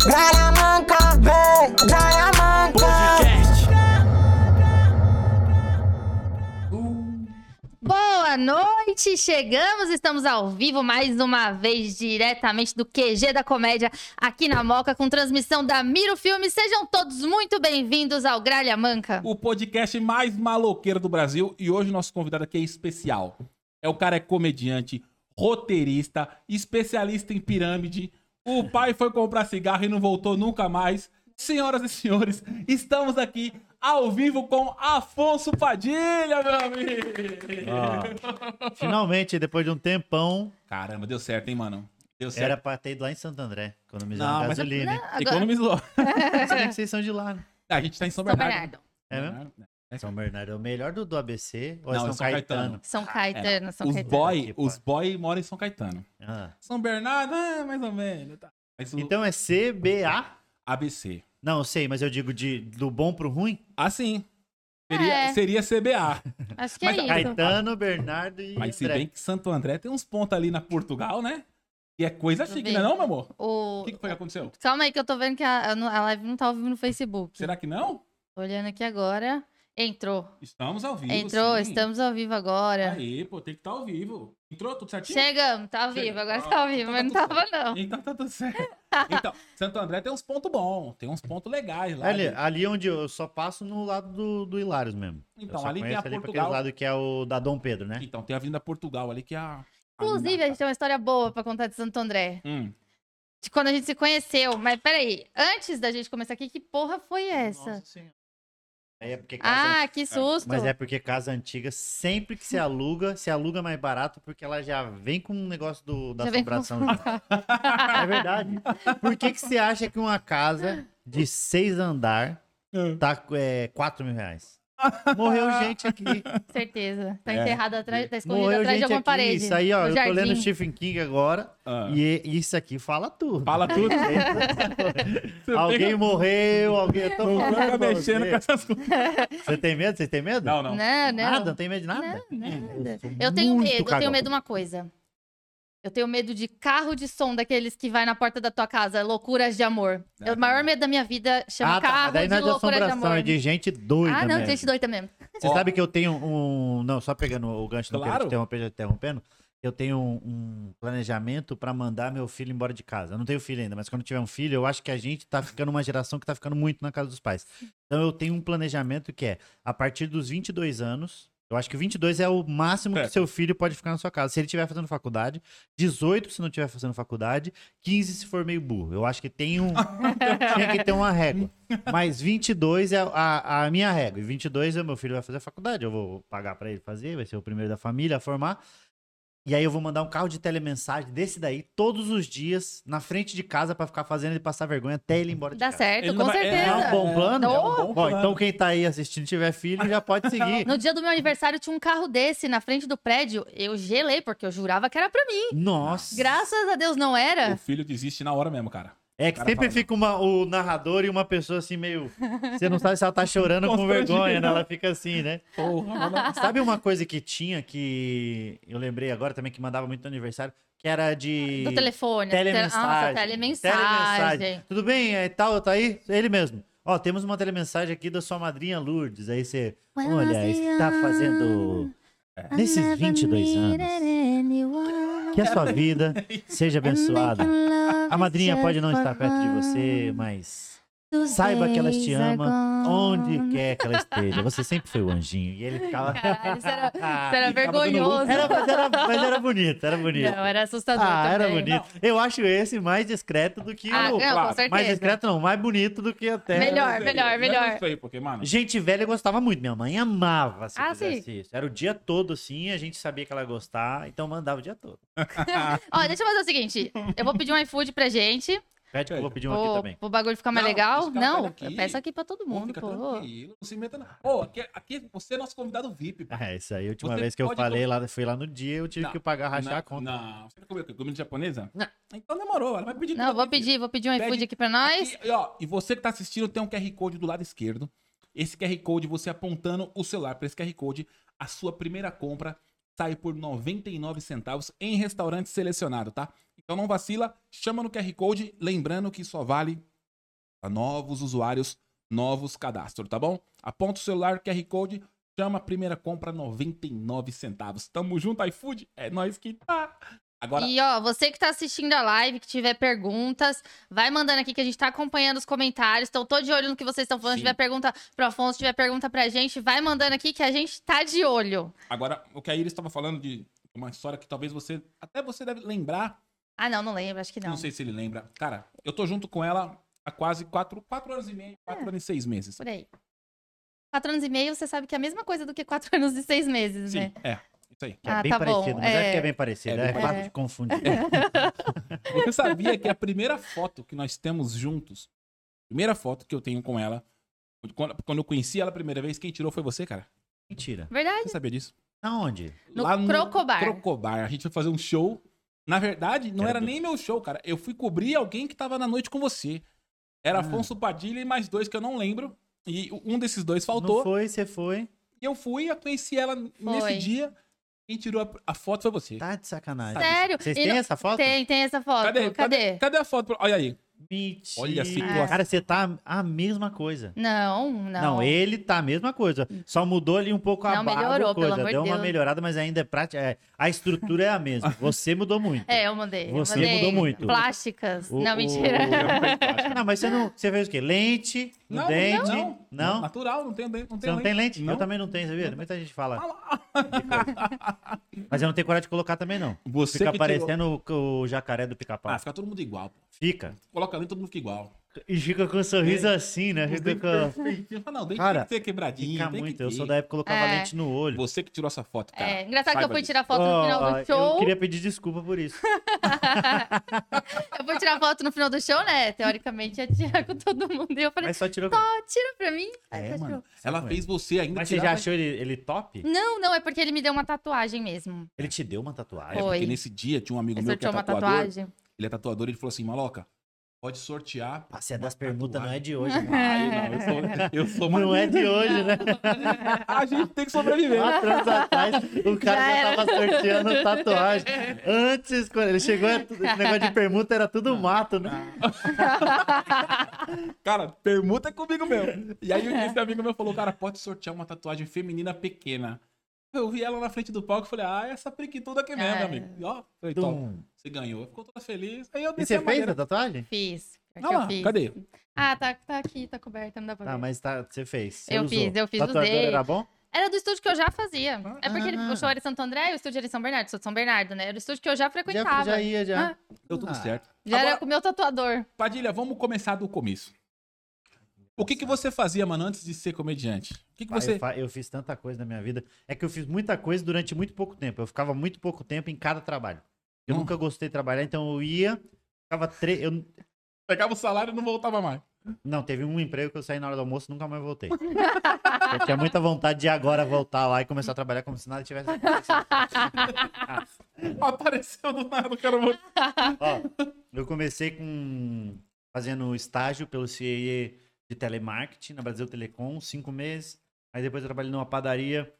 Gralha manca, vem, gralha manca. Boa noite, chegamos, estamos ao vivo mais uma vez, diretamente do QG da Comédia, aqui na Moca, com transmissão da Miro Filmes. Sejam todos muito bem-vindos ao Gralha Manca. O podcast mais maloqueiro do Brasil e hoje nosso convidado aqui é especial. É o cara é comediante, roteirista, especialista em pirâmide. O pai foi comprar cigarro e não voltou nunca mais. Senhoras e senhores, estamos aqui ao vivo com Afonso Padilha, meu amigo. Ó, finalmente, depois de um tempão, Caramba, deu certo, hein, mano? Deu certo. era pra ter ido lá em Santo André, Não, economizando mas- é gasolina. hein? Agora, Economizou. Não sei nem que vocês são de lá. né? A gente tá em São São Bernardo. Bernardo, É mesmo? São Bernardo é o melhor do, do ABC ou é Não, São, é São Caetano? São Caetano, São É, Os Caetano. boy, Aqui, pô. os boy moram em São Caetano. Ah. São Bernardo, ah, mais ou menos. Tá. Mas o Então é CBA? ABC. Não, eu sei, mas eu digo de, do bom pro ruim? Assim. Seria, É. seria CBA. Acho que Mas- é isso. Caetano, Bernardo e Mas se André. bem que Santo André tem uns pontos ali na Portugal, né? E é coisa Tudo chique, bem. não é não, meu amor? O O... que, que foi que aconteceu? Calma aí que eu tô vendo que a, a- a live não tá ao vivo no Facebook. Será que não? Tô olhando aqui agora. Entrou, Estamos ao vivo. entrou, sim. estamos ao vivo agora. Aí, pô, tem que estar ao vivo. Entrou tudo certinho? Chegamos, tá ao vivo, Chega. agora Ah, tá ao vivo, então mas não tá tudo tava não. Então tá tudo certo. Então, Santo André tem uns pontos bons, tem uns pontos legais lá. é- Ali, ah, ali. ali onde eu só passo no lado do, do Hilários mesmo. Eu Então, só ali tem a conheço pra aquele Portugal. lado que é o da Dom Pedro, né? Então, tem a Vinda Portugal ali que é a. a- Inclusive, a gente tem uma história boa pra contar de Santo André. Hum. De quando a gente se conheceu. Mas peraí, antes da gente começar aqui, que porra foi essa? Nossa Senhora. Aí é porque casa ah, que susto! Mas é porque casa antiga, sempre que se aluga, se aluga mais barato, porque ela já vem com um negócio do, da Já vem com- um assombração. junto. É verdade. Por que, que você acha que uma casa de seis andar É. tá é, 4 mil reais? Morreu gente aqui. Certeza. Tá É. enterrado atrás, tá escondido Morreu atrás gente de alguma aqui. parede. Isso aí, ó. no Eu tô jardim. lendo Stephen King agora. Ah. E isso aqui fala tudo. Fala tudo. Você Alguém fica- morreu, alguém. Eu tô Não fica falando pra mexendo você. com essas coisas. Você tem medo? Vocês têm medo? Não, Não, não. não. Nada? Não tem medo de nada? nada. sou Eu tenho muito um. medo, eu tenho cagão. medo de uma coisa. Eu tenho medo de carro de som daqueles que vai na porta da tua casa, loucuras de amor. É. O maior medo da minha vida chama Ah, tá. carro Mas daí de não é de loucura de assombração, amor. é de gente doida. ah, não, mesmo. gente doida mesmo. Você Ó. sabe que eu tenho um. Não, só pegando o gancho do Claro. que eu te interrompendo, interrompendo. Eu tenho um, um planejamento pra mandar meu filho embora de casa. Eu não tenho filho ainda, mas quando tiver um filho, eu acho que a gente tá ficando uma geração que tá ficando muito na casa dos pais. Então eu tenho um planejamento que é a partir dos 22 anos. Eu acho que 22 é o máximo que Certo. seu filho pode ficar na sua casa. Se ele estiver fazendo faculdade, 18 se não estiver fazendo faculdade, 15 se for meio burro. Eu acho que tem um, tinha que ter uma régua. Mas 22 é a, a minha régua. E 22 é meu filho vai fazer a faculdade. Eu vou pagar pra ele fazer, vai ser o primeiro da família a formar. E aí eu vou mandar um carro de telemensagem desse daí todos os dias na frente de casa pra ficar fazendo ele passar vergonha até ele ir embora de Dá casa. certo, Ele com não vai- certeza. É um bom plano? É um bom Bom, plano. então quem tá aí assistindo e tiver filho já pode seguir. No dia do meu aniversário tinha um carro desse na frente do prédio. Eu gelei, porque eu jurava que era pra mim. Nossa. Graças a Deus não O era. filho desiste na hora mesmo, cara. É que Cara, sempre fala. fica uma- o narrador e uma pessoa assim meio. Você não sabe se ela tá chorando com Constrangida. vergonha, né? Ela fica assim, né? Porra, mano. tá Sabe uma coisa que tinha que eu lembrei agora também que mandava muito no aniversário? Que era de. Do telefone. Telemensagem. Nossa, telemensagem. Tudo bem? É, tal, tá aí? Ele mesmo. Ó, temos uma telemensagem aqui da sua madrinha Lourdes. Aí você. Olha, está fazendo. Nesses 22 anos. Que a sua vida seja abençoada. A madrinha pode não estar perto de você, mas saiba que ela te ama onde quer que ela esteja. Você sempre foi o anjinho. E ele ficava. Caralho, isso Ah, era- era, Isso era Ficava dando vergonhoso. mas, era, mas era bonito, era bonito. Não, era assustador Ah, era também. bonito. Eu acho esse mais discreto do que Ah, o. não, claro, com certeza. mais discreto não, mais bonito do que até. Melhor, Não sei, melhor, não é melhor. Isso aí, porque, mano. Gente velha gostava muito, minha mãe amava se Ah, fizesse isso. Era o dia todo assim, a gente sabia que ela gostava, então mandava o dia todo. Ó, deixa eu fazer o seguinte. Eu vou pedir um iFood pra gente. Pede que eu vou pedir um aqui Pro, também. pro bagulho ficar mais Não, legal. isso, cara, tá Não, pega eu aqui. peço aqui pra todo Pô, mundo, fica pô. tranquilo, não se meta não. Pô, aqui, aqui você é nosso convidado VIP. pô. Ah, isso aí, a última Você vez que eu pode falei, lá, foi lá no dia, eu tive Não, que pagar, rachar não, a Ah, conta. Não, você comeu o quê? Comida japonesa? Não. Então demorou, ela vai pedir. Não, tudo vou aqui. pedir, vou pedir um Pede- iFood aqui pra nós. Aqui, ó, e você que tá assistindo, tem um QR Code do lado esquerdo. Esse QR Code, você apontando o celular para esse QR Code, a sua primeira compra sai por 99 centavos em restaurante selecionado, tá? Então não vacila, chama no QR Code, lembrando que só vale para novos usuários, novos cadastros, tá bom? Aponta o celular, QR Code, chama a primeira compra 99 centavos. Tamo junto, iFood, é nós que tá. Agora, E ó, você que tá assistindo a live, que tiver perguntas, vai mandando aqui que a gente tá acompanhando os comentários. Então, tô de olho no que vocês estão falando. Se Sim. tiver pergunta pro Afonso, se tiver pergunta pra gente, vai mandando aqui que a gente tá de olho. agora o que a Iris estava falando de uma história que talvez você, até você deve lembrar, Ah, não, não lembro, acho que não. não sei se ele lembra. Cara, eu tô junto com ela há quase 4 quatro anos e É. meio, 4 anos e 6 meses. Por aí. Quatro anos e meio, você sabe que é a mesma coisa do que quatro anos e seis meses, Sim, né? é, isso aí. Que Ah, é bem tá bom, parecido, mas é... é. que é bem parecido. É É, bem fácil parecido. de confundir. Você sabia que a primeira foto que nós temos juntos, primeira foto que eu tenho com ela, quando, quando eu conheci ela a primeira vez, quem tirou foi você, cara. Mentira. Verdade? Você sabia disso? Aonde? No Crocobar. Crocobar. A gente foi fazer um show. Na verdade, não Era era do- nem meu show, cara. Eu fui cobrir alguém que tava na noite com você. Era Ah. Afonso Padilha e mais dois que eu não lembro. E um desses dois Não faltou. foi, você foi. E eu fui, eu conheci ela nesse dia. Quem tirou a, a foto foi você. Tá de sacanagem. Sério? Vocês E têm não- essa foto? Tem, tem essa foto. Cadê? cadê? Cadê a foto? Olha aí. Mentira. Olha a situação. Cara, você tá a mesma coisa. Não, É. não. Hum. Não. ele tá a mesma coisa. Só mudou ali um pouco a Não, barra, melhorou, coisa. pelo amor de Deu uma Deus. melhorada, mas ainda é prática. é, a estrutura é a mesma. Você mudou muito. É, eu mandei. eu Você mandei mudou muito. Plásticas. O- não, o- mentira. Não, mas você não. Você fez o quê? Lente? No Não, dente? não, Não? Natural, não tem dente. Não Você não lente. tem lente? Não. Eu também não tenho, sabia? Muita gente fala. Mas eu não tenho coragem de colocar também, não. Você fica que parecendo o- o jacaré do pica-pau. Ah, fica todo mundo igual. pô. Fica. Coloca ali, todo mundo fica igual. E fica com um sorriso assim, né? Os Fica dentes com... perfeitinhos. Fala, Não, o dente Cara, tem que ser quebradinho. Fica tem muito. que Eu sou ter. da época que colocava É. lente no olho. Você que tirou essa foto, cara. É, engraçado que eu Tá. Saiba fui disso. tirar foto no final Ó, do show. Eu queria pedir desculpa por isso. Eu fui tirar foto no final do show, né? Teoricamente ia tirar com todo mundo. E eu falei, Mas só tirou. ó, tira pra mim. Aí É, ela mano. tirou. Ela Sabe, fez você ainda. Mas você já tirava- achou ele, ele top? Não, não, é porque ele me deu uma tatuagem mesmo. Ele te deu uma É, tatuagem? Foi. porque nesse dia tinha um amigo Ele meu que é sorteou uma tatuador. tatuagem. Ele é tatuador ele falou assim: Maloca, pode sortear. Ah, Você é uma das permutas, não é tatuagem." de hoje. né? Ah, eu não, eu sou. Eu sou Não é de hoje, né? A gente tem que sobreviver. né? Quatro anos atrás, o cara Já já, era. tava sorteando tatuagem. Antes, quando ele chegou, era tudo- esse negócio de permuta era tudo mato, né? Cara, permuta é comigo mesmo. E aí É. esse amigo meu falou, cara, pode sortear uma tatuagem feminina pequena. Eu vi ela na frente do palco e falei, ah, essa priquituda aqui É. mesmo, Ah. amigo. E, ó, falei, "Toma, Tum. você ganhou. Ficou toda feliz. Aí eu E desci você a fez a madeira. tatuagem? Fiz. Pior que Não, eu lá, fiz. cadê? Ah, tá, tá aqui, tá coberta, não dá pra ver. Tá, mas tá, você fez. Você Eu usou. fiz, eu fiz, Tatuador usei. era bom? Era do estúdio que eu já fazia. É porque ele- Ah. o show era em Santo André e o estúdio era em São Bernardo. Sou de São Bernardo, né? Era o estúdio que eu já frequentava. Já, já ia, já. Ah, Deu tudo Ah. certo. já era Agora, com o meu tatuador. Padilha, vamos começar do começo. O que que você fazia, mano, antes de ser comediante? O que que Pai, você... eu, fa- eu fiz tanta coisa na minha vida. É que eu fiz muita coisa durante muito pouco tempo. Eu ficava muito pouco tempo em cada trabalho. Eu Hum. nunca gostei de trabalhar, então eu ia, ficava três. Eu... Pegava o salário e não voltava mais. Não, teve um emprego que eu saí na hora do almoço e nunca mais voltei. eu tinha muita vontade de agora voltar lá e começar a trabalhar como se nada tivesse acontecido. Apareceu do nada, o cara voltou. Ó, eu comecei com fazendo estágio pelo CIE de telemarketing na Brasil Telecom, cinco meses. Aí depois eu trabalhei numa padaria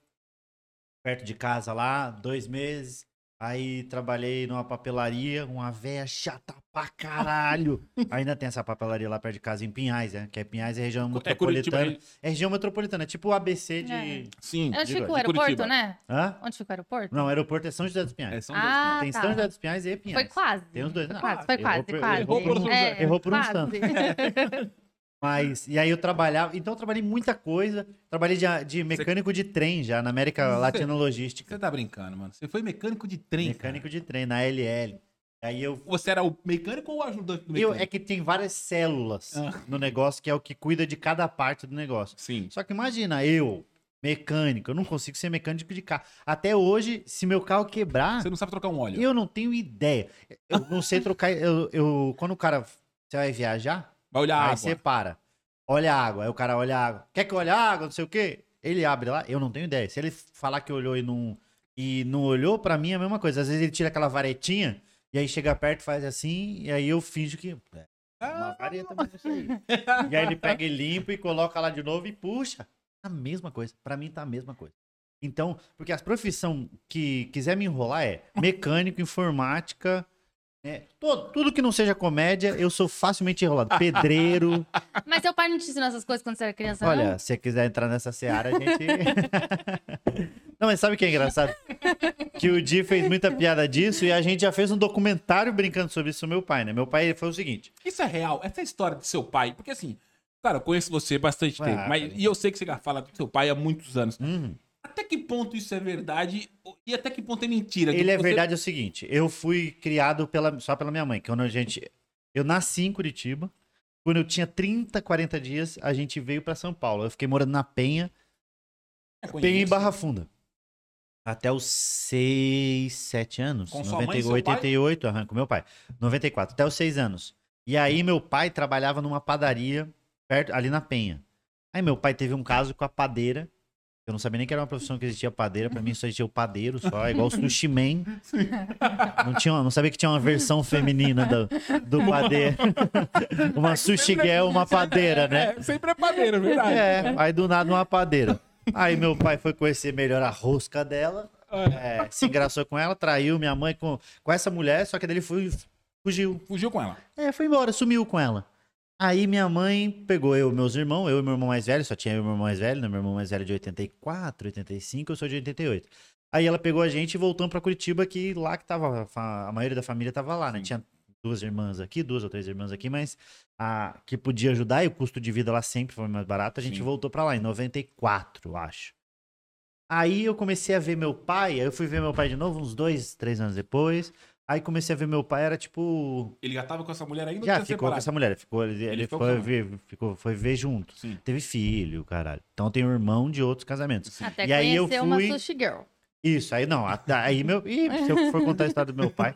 perto de casa lá, dois meses. Aí trabalhei numa papelaria, uma véia chata pra caralho. Ainda tem essa papelaria lá perto de casa, em Pinhais, né? Que é Pinhais é região É Curitiba. metropolitana. É região metropolitana, é tipo o ABC de. É. Sim. digo, Onde fica o de Curitiba. aeroporto, né? Hã? Onde fica o aeroporto? Não, o aeroporto é São José dos Pinhais. É, são dois. ah, tem tá. São José dos Pinhais e Pinhais. Foi quase. Tem os dois, Foi né? quase, foi Errou quase, por- um quase. errou por uns É, errou por uns quase. tantos. É. Mas, e aí eu trabalhava, então eu trabalhei muita coisa. Trabalhei de, de mecânico de trem já, na América Latina Logística. Você tá brincando, mano. Você foi mecânico de trem. cara. Mecânico de trem, na LL. Aí eu. Você era o mecânico ou o ajudante do eu mecânico? é que tem várias células Ah. no negócio, que é o que cuida de cada parte do negócio. Sim. Só que imagina, eu, mecânico, eu não consigo ser mecânico de carro. Até hoje, se meu carro quebrar. Você não sabe trocar um óleo. Eu não tenho ideia. Eu não sei trocar. Eu, eu- quando o cara. Você vai viajar? Vai olhar a aí água. você para. Olha a água. Aí o cara olha a água. Quer que eu olhe a água? Não sei o quê. Ele abre lá. Eu não tenho ideia. Se ele falar que olhou e não, e não olhou, pra mim é a mesma coisa. Às vezes ele tira aquela varetinha. E aí chega perto, faz assim, e aí eu finjo que. é Uma Ah, vareta, mas isso aí. E aí ele pega e limpa e coloca lá de novo e puxa. A mesma coisa. Pra mim tá a mesma coisa. Então, porque as profissão que quiser me enrolar é mecânico, informática É, to- tudo que não seja comédia, eu sou facilmente enrolado. Pedreiro. Mas seu pai não te ensinou essas coisas quando você era criança, Olha, se você quiser entrar nessa seara, a gente. não, mas sabe o que é engraçado? Que o Di fez muita piada disso e a gente já fez um documentário brincando sobre isso, meu pai, né? Meu pai ele foi o seguinte: Isso é real? Essa história de seu pai? Porque assim, cara, eu conheço você bastante Ah, tempo, mas, cara. e eu sei que você fala do seu pai há muitos anos. "Hum, Até que ponto isso é verdade e até que ponto é mentira? ele Tipo, é você- verdade é o seguinte: eu fui criado pela, só pela minha mãe, que é quando a gente. Eu nasci em Curitiba. Quando eu tinha 30, 40 dias, a gente veio pra São Paulo. Eu fiquei morando na Penha. Eu É, conheço. Peguei em Barra Funda. Até os 6, 7 anos. Com sua mãe e seu 88, aham, com meu pai. 94, até os 6 anos. E aí meu pai trabalhava numa padaria perto, ali na Penha. Aí meu pai teve um caso com a padeira. Eu não sabia nem que era uma profissão que existia padeira. Pra mim só existia o padeiro só, igual o sushi man. Não, tinha, uma- não sabia que tinha uma versão feminina do, do padeiro. uma sushi girl, uma padeira, né? É, sempre é padeiro, é verdade. É, aí do nada uma padeira. Aí meu pai foi conhecer melhor a rosca dela, é, se engraçou com ela, traiu minha mãe com, com essa mulher, só que daí ele fui- fugiu. Fugiu com ela. É, foi embora, sumiu com ela. Aí minha mãe pegou eu, e meus irmãos, eu e meu irmão mais velho, só tinha eu e meu irmão mais velho, né? Meu irmão mais velho é de 84, 85, eu sou de 88. Aí ela pegou a gente e voltamos pra Curitiba, que lá que tava, a fa- a maioria da família tava lá, né? Tinha duas irmãs aqui, duas ou três irmãs aqui, mas a que podia ajudar e o custo de vida lá sempre foi mais barato, a gente Sim. voltou pra lá em 94, eu acho. Aí eu comecei a ver meu pai, aí eu fui ver meu pai de novo uns dois, três anos depois. Aí comecei a ver meu pai, era tipo Ele já tava com essa mulher ainda já tinha ficou com separado. essa mulher, ficou, ele, ele ficou foi, com ver, ficou, foi ver junto. Sim. Teve filho, caralho. Então tem um irmão de outros casamentos. não? Até E aí eu conhecer uma fui- sushi girl. Isso, aí não, a- aí meu. Ih, se eu for contar a história do meu pai.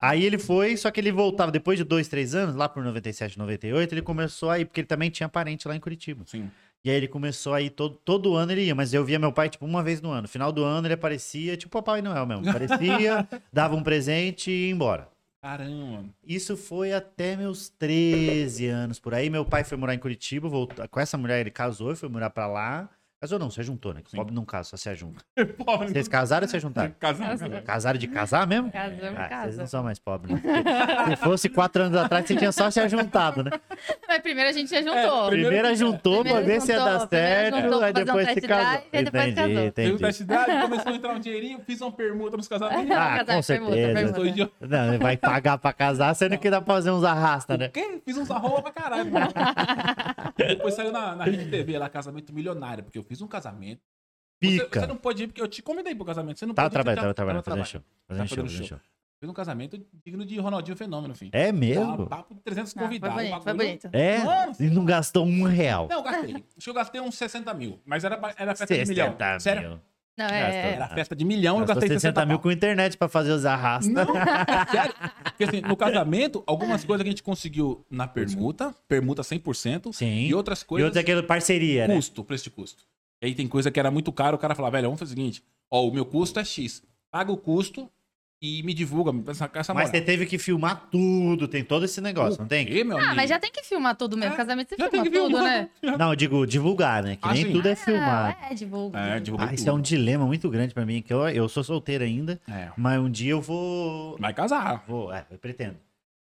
Aí ele foi, só que ele voltava depois de dois, três anos, lá por 97, 98, ele começou a ir, porque ele também tinha parente lá em Curitiba. Sim. E aí ele começou a ir todo, todo ano ele ia, mas eu via meu pai tipo uma vez no ano. Final do ano ele aparecia, tipo Papai Noel mesmo. Aparecia, dava um presente e ia embora. Caramba. Isso foi até meus 13 anos. Por aí, meu pai foi morar em Curitiba, voltou, com essa mulher ele casou e foi morar pra lá. Casou não, se juntou, né? Que o Sim. pobre não casa, só se junta. Pobre. né? Vocês casaram ou se juntaram? Casando. Casando. Casaram de casar mesmo? Casamos, Ah, vocês não casamos. são mais pobres, né? Porque Se fosse quatro anos atrás, você tinha só se juntado, né? Mas primeiro a gente já É, juntou. Primeiro- Primeira juntou pra Primeiro ver se ia juntou, dar primeiro certo, juntou aí pra fazer um depois se test drive, casou. aí depois casou. Teve um teste de idade, começou a entrar um dinheirinho, fiz uma permuta nos Ah, casamentos. né? Casar, com permuta, certeza. permuta. Dois dias. Não, ele vai pagar pra casar, sendo que dá pra fazer uns arrasta, né? Quem? Fiz uns arroba pra caralho. mano. Depois saiu na, na rede TV lá, casamento milionário, porque eu fiz um casamento. Você- Você, Pica. não pode ir, porque eu te convidei pro casamento. Você não Tava pode ir, você trabalhando, tava trabalhando, tava fazendo show. Fazendo Tava show, Tá fazendo fazendo show. show. Fiz um casamento digno de Ronaldinho Fenômeno, enfim. É mesmo? Dá papo de 300 Ah, foi convidados. bonito, foi bagulho- bonito. É? Mano, E não gastou um real. Não, eu gastei. Acho que eu gastei uns 60 mil. Mas era, ba- era festa de 60 milhão. mil. Sério, Não, é. Era festa de milhão, eu Gastou gastei 60, 60 mil mil. com internet pra fazer os arrastos. Não, sério. Porque assim, no casamento, algumas coisas que a gente conseguiu na permuta, permuta 100%, Sim. e outras E coisas, outro é aquele parceria, né? custo, preço de custo. E aí tem coisa que era muito caro, o cara falava, velho, vamos fazer o seguinte, ó, o meu custo é X, paga o custo e me divulga, me passa essa Mas moral. você teve que filmar tudo, tem todo esse negócio, não tem? E, meu Ah, amigo, mas já tem que filmar tudo mesmo. É, Casamento você já filma tem que tudo, filmar. né? Não, eu digo divulgar, né? Que Ah, nem sim. tudo é filmado. Ah, é, divulga. É, divulga Ah, isso é um tudo. dilema muito grande pra mim, que eu, eu sou solteiro ainda, É, mas um dia eu vou... vai casar. Vou, é, eu pretendo.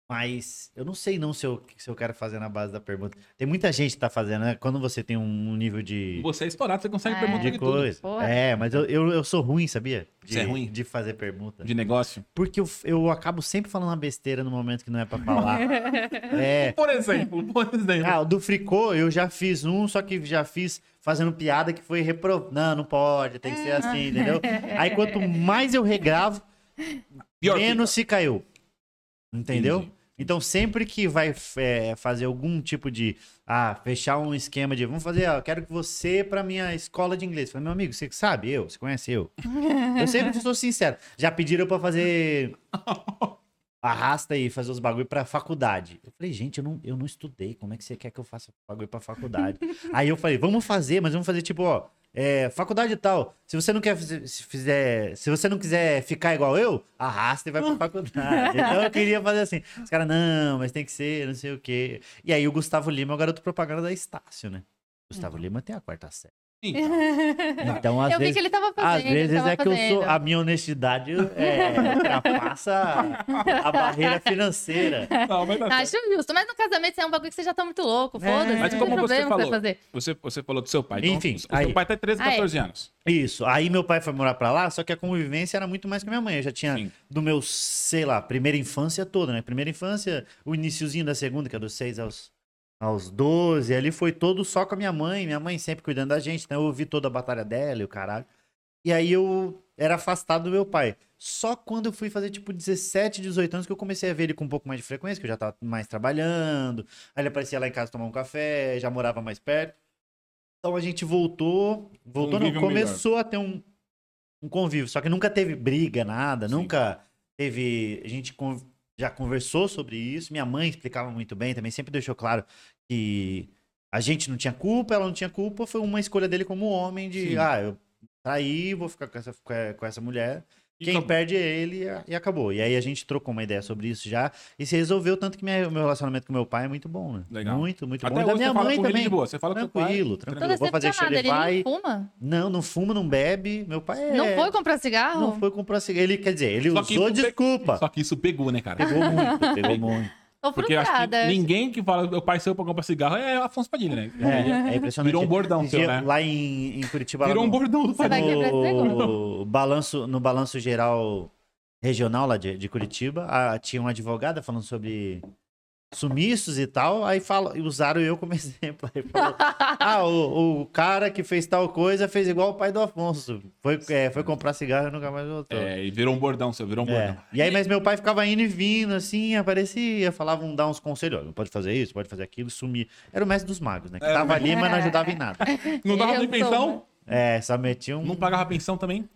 Mas eu não sei não se eu, se eu quero fazer na base da pergunta. Tem muita gente que tá fazendo, né? Quando você tem um nível de... Você é estourado, você consegue É. perguntar de de tudo. coisa. Porra. É, mas eu, eu, eu sou ruim, sabia? De, Você é ruim? De fazer permuta. De negócio. Porque eu, eu acabo sempre falando uma besteira no momento que não é pra falar. é. Por exemplo, por exemplo. Ah, o do Fricô, eu já fiz um, só que já fiz fazendo piada que foi repro... Não, não pode, tem que ser assim, entendeu? Aí quanto mais eu regravo, Pior que- menos se caiu. Entendeu? Entendi. Então, sempre que vai é, fazer algum tipo de. Ah, fechar um esquema de. Vamos fazer, ah, eu quero que você pra minha escola de inglês. Falei, meu amigo, você que sabe eu, você conhece eu. eu sempre sou sincero. Já pediram pra fazer. Arrasta e fazer os bagulho pra faculdade. Eu falei, gente, eu não, eu não estudei. Como é que você quer que eu faça bagulho pra faculdade? Aí eu falei, vamos fazer, mas vamos fazer tipo, ó. É, faculdade e tal. Se você não quer fazer- se fizer, se você não quiser ficar igual eu, arrasta e vai Hum. pra faculdade. Então eu queria fazer assim. Os caras, não, mas tem que ser, não sei o quê. E aí o Gustavo Lima é o garoto propaganda da Estácio, né? Gustavo Lima tem a quarta série. Então, Então, às Hum. eu vi vezes, que ele tava fazendo. às vezes ele tava é que eu fazendo. sou. A minha honestidade é, ultrapassa a barreira financeira. não, mas tá certo. Ah, Acho justo, mas no casamento isso é um bagulho que vocês já estão muito louco, É. foda-se. Mas não tem como você problema o que falou. vai fazer. Você, você falou do seu pai. Então, Enfim, o aí. seu pai tá 13, Aí. 14 anos. Isso. Aí meu pai foi morar pra lá, só que a convivência era muito mais que a minha mãe. Eu já tinha Sim. do meu, sei lá, primeira infância toda, né? Primeira infância, o iniciozinho da segunda, que é dos 6 aos, aos 12, ali foi todo só com a minha mãe, minha mãe sempre cuidando da gente, então eu ouvi toda a batalha dela e o caralho. E aí eu era afastado do meu pai. Só quando eu fui fazer, tipo, 17, 18 anos que eu comecei a ver ele com um pouco mais de frequência, que eu já tava mais trabalhando, aí ele aparecia lá em casa tomar um café, já morava mais perto. Então a gente voltou, voltou não, Convívio melhor. começou a ter um, um convívio, só que nunca teve briga, nada, Sim. nunca teve, a gente con- já conversou sobre isso, minha mãe explicava muito bem também, sempre deixou claro que a gente não tinha culpa, ela não tinha culpa, foi uma escolha dele como homem de, Sim. ah, eu traí, vou ficar com essa, com essa mulher, E quem acabou. perde é ele e a- e acabou. E aí a gente trocou uma ideia sobre isso já. E se resolveu, tanto que minha- meu relacionamento com meu pai é muito bom, né? Legal. Muito, muito bom. Até E da hoje é minha você fala mãe com ele também. de boa. Você fala com o pai. Tranquilo, tranquilo. Toda Vou fazer show, decepcionada, ele ele vai. não fuma? Não, não fuma, não bebe. Meu pai é... Não foi comprar cigarro? Não foi comprar cigarro. Ele, quer dizer, ele Só que usou isso pe- desculpa. É, Só que isso pegou, né, cara? Pegou muito, pegou muito. Tô Porque eu acho que frustrada. ninguém que fala meu pai saiu pra comprar cigarro é Afonso Padilha, né? É, é impressionante. Virou um bordão Esse seu, dia, né? Lá em, em Curitiba... lá Virou um no- bordão do Você vai Padilha. quebrar esse no balanço, no balanço geral regional lá de, de Curitiba, a- tinha uma advogada falando sobre sumiços e tal, aí fala, e usaram eu como exemplo. Aí falou, ah, o, o cara que fez tal coisa fez igual o pai do Afonso. Foi, é, foi comprar cigarro e nunca mais voltou. É, e virou um bordão, seu, virou um É. bordão. E aí, mas meu pai ficava indo e vindo, assim, aparecia, falava, um, dar uns conselhos, ó, não pode fazer isso, pode fazer aquilo, sumir. Era o mestre dos magos, É. né? Que tava ali, mas não ajudava em nada. Não dava Eu nem sou pensão? É, só metia um... Não pagava pensão também?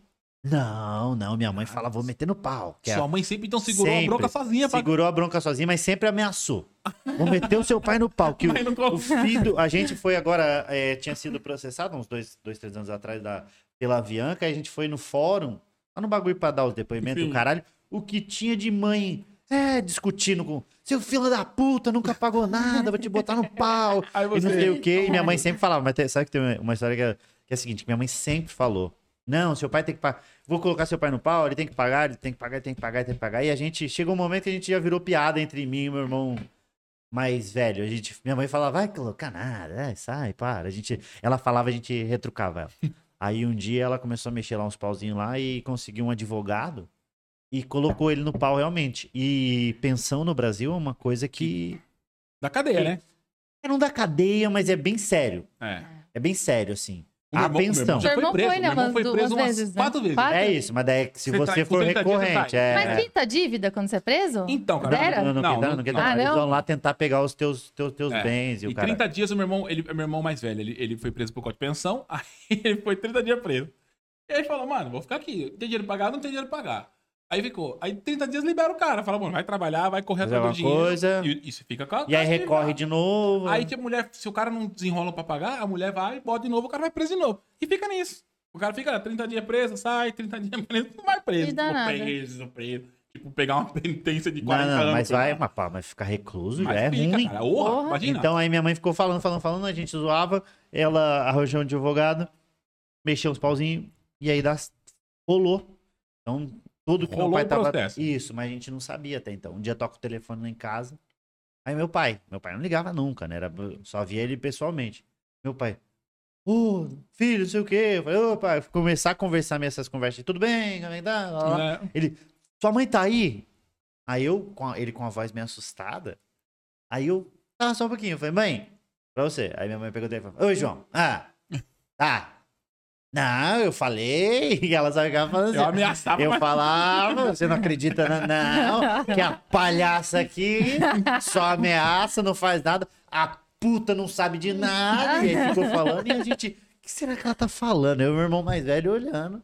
Não, não, minha mãe fala, vou meter no pau. que é- Sua mãe sempre então segurou Sempre. a bronca sozinha. pra- Segurou a bronca sozinha, mas sempre ameaçou. Vou meter o seu pai no pau. Que o, Mas não tô- o filho. A gente foi agora. é, tinha sido processado uns dois, dois, três anos atrás da, pela Avianca. aí A gente foi no fórum, lá no bagulho pra dar os depoimentos do Sim. caralho. O que tinha de mãe. É, discutindo com. Seu filho da puta, nunca pagou nada, vou te botar no pau. Aí E não você- sei o quê. E minha mãe sempre falava, mas tem- sabe que tem uma- uma história que é, que é a seguinte: que minha mãe sempre falou. Não, seu pai tem que pagar. Vou colocar seu pai no pau, ele tem que pagar, ele tem que pagar, ele tem que pagar, ele tem que pagar. E a gente chegou um momento que a gente já virou piada entre mim e meu irmão mais velho. A gente, minha mãe falava, vai colocar nada, é, sai, para. A gente, ela falava, a gente retrucava ela. Aí um dia ela começou a mexer lá uns pauzinhos lá e conseguiu um advogado e colocou ele no pau realmente. E pensão no Brasil é uma coisa que Da cadeia, né? é não da cadeia, mas é bem sério. É. É bem sério assim. O meu A irmão- meu irmão pensão. já Seu irmão foi preso. foi, né, Meu irmão umas foi preso duas umas vezes, né? quatro vezes. Quatro. É isso, mas daí se Você você tá- com for 30 dias você recorrente, sai. é. Mas pinta dívida quando você é preso? Então, cara. Zero? Não, não, Não, não, não, não- não, não. Ah, Eles não? vão lá tentar pegar os teus, teus, teus É. bens e, E o cara. 30 dias o meu irmão, ele, meu irmão mais velho, ele, ele foi preso por causa de pensão, aí ele foi 30 dias preso. E aí ele falou, mano, vou ficar aqui. Tem dinheiro pra pagar? Não tem dinheiro pra pagar. Aí ficou. Aí 30 dias libera o cara. Fala, mano, vai trabalhar, vai correr Fazer atrás do alguma dinheiro. coisa. E, e você fica com a E aí com a recorre dívida. de novo. Aí que a mulher, se o cara não desenrola pra pagar, a mulher vai, bota de novo, o cara vai preso de novo. E fica nisso. O cara fica lá, 30 dias preso, sai, 30 dias preso, não vai preso. E dá Ficou nada. preso, preso. Tipo, pegar uma penitência de Não, 40 não, anos. mas sei vai, lá. mas, pá, mas ficar recluso Mas já é fica, ruim. cara. Orra, Porra. imagina. Então aí minha mãe ficou falando, falando, falando, a gente zoava, ela arranjou um advogado, mexeu os pauzinhos e aí dá, rolou. Então, tudo que Rolou meu pai o tava. processo. Isso, mas a gente não sabia até então. Um dia toca o telefone lá em casa. Aí meu pai, meu pai não ligava nunca, né? Era, só via ele pessoalmente. Meu pai, ô, filho, não sei o quê. Eu falei, ô, pai, começar a conversar minhas essas conversas, de, tudo bem, como é que tá? Lá, lá, lá. Né? Ele, sua mãe tá aí? Aí eu, com a- ele com a voz meio assustada, aí eu, tá, só um pouquinho. Eu falei, mãe, pra você. Aí minha mãe pegou o telefone, oi, João. Ah, tá. Não, eu falei, e ela sabe o que ela falando assim. Eu ameaçava, é- Eu mas- falava, você não acredita, na- não, que a palhaça aqui só ameaça, não faz nada, a puta não sabe de nada, e aí ficou falando, e a gente, o que será que ela tá falando? Eu e meu irmão mais velho olhando,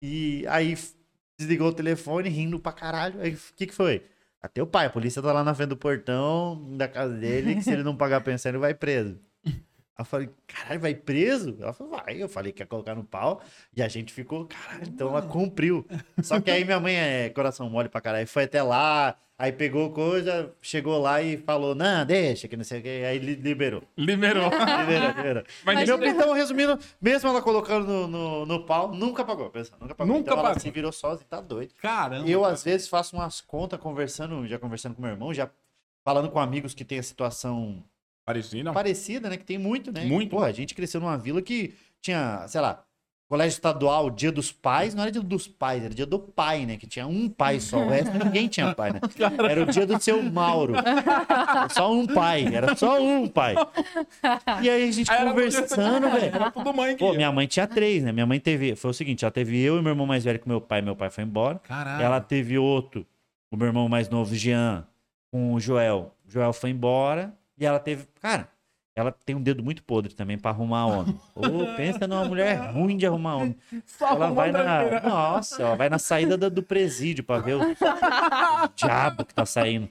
e aí f- desligou o telefone, rindo pra caralho. Aí o que, que foi? Ah, teu pai, a polícia tá lá na frente do portão da casa dele, que se ele não pagar a pensão, ele vai preso. Aí eu falei, caralho, vai preso? Ela falou, vai. Eu falei que ia colocar no pau. E a gente ficou, caralho, então ela cumpriu. Só que aí minha mãe é coração mole pra caralho. Foi até lá, aí pegou coisa, chegou lá e falou, não, deixa, que não sei o que. Aí li- liberou. Liberou. Liberou, liberou. Mas Meu, deixa- então, resumindo, mesmo ela colocando no, no, no pau, nunca pagou, pensa, nunca pagou. Nunca então pagou. ela se virou sozinha, tá doido. Caramba. Eu, assim, às vezes, faço umas contas conversando, já conversando com meu irmão, já falando com amigos que tem a situação Parecia, não. parecida, né? Que tem muito, né? Muito. Porra, a gente cresceu numa vila que tinha, sei lá, colégio estadual, dia dos pais, não era dia dos pais, era dia do pai, né? Que tinha um pai só, o resto ninguém tinha pai, né? Era o dia do seu Mauro. Só um pai, era só um pai. E aí a gente Aí era um conversando, tudo- velho. Era tudo mãe que Pô, ia. minha mãe tinha três, né? Minha mãe teve. Foi o seguinte, ela teve eu e meu irmão mais velho com meu pai, meu pai foi embora. Caralho. Ela teve outro, o meu irmão mais novo, Jean, com o Joel. O Joel foi embora e ela teve. Cara, ela tem um dedo muito podre também pra arrumar homem. Ô, pensa numa mulher ruim de arrumar homem. Só Ela arrumou vai na. tranqueira. Nossa, ela vai na saída da- do presídio pra ver o diabo que tá saindo.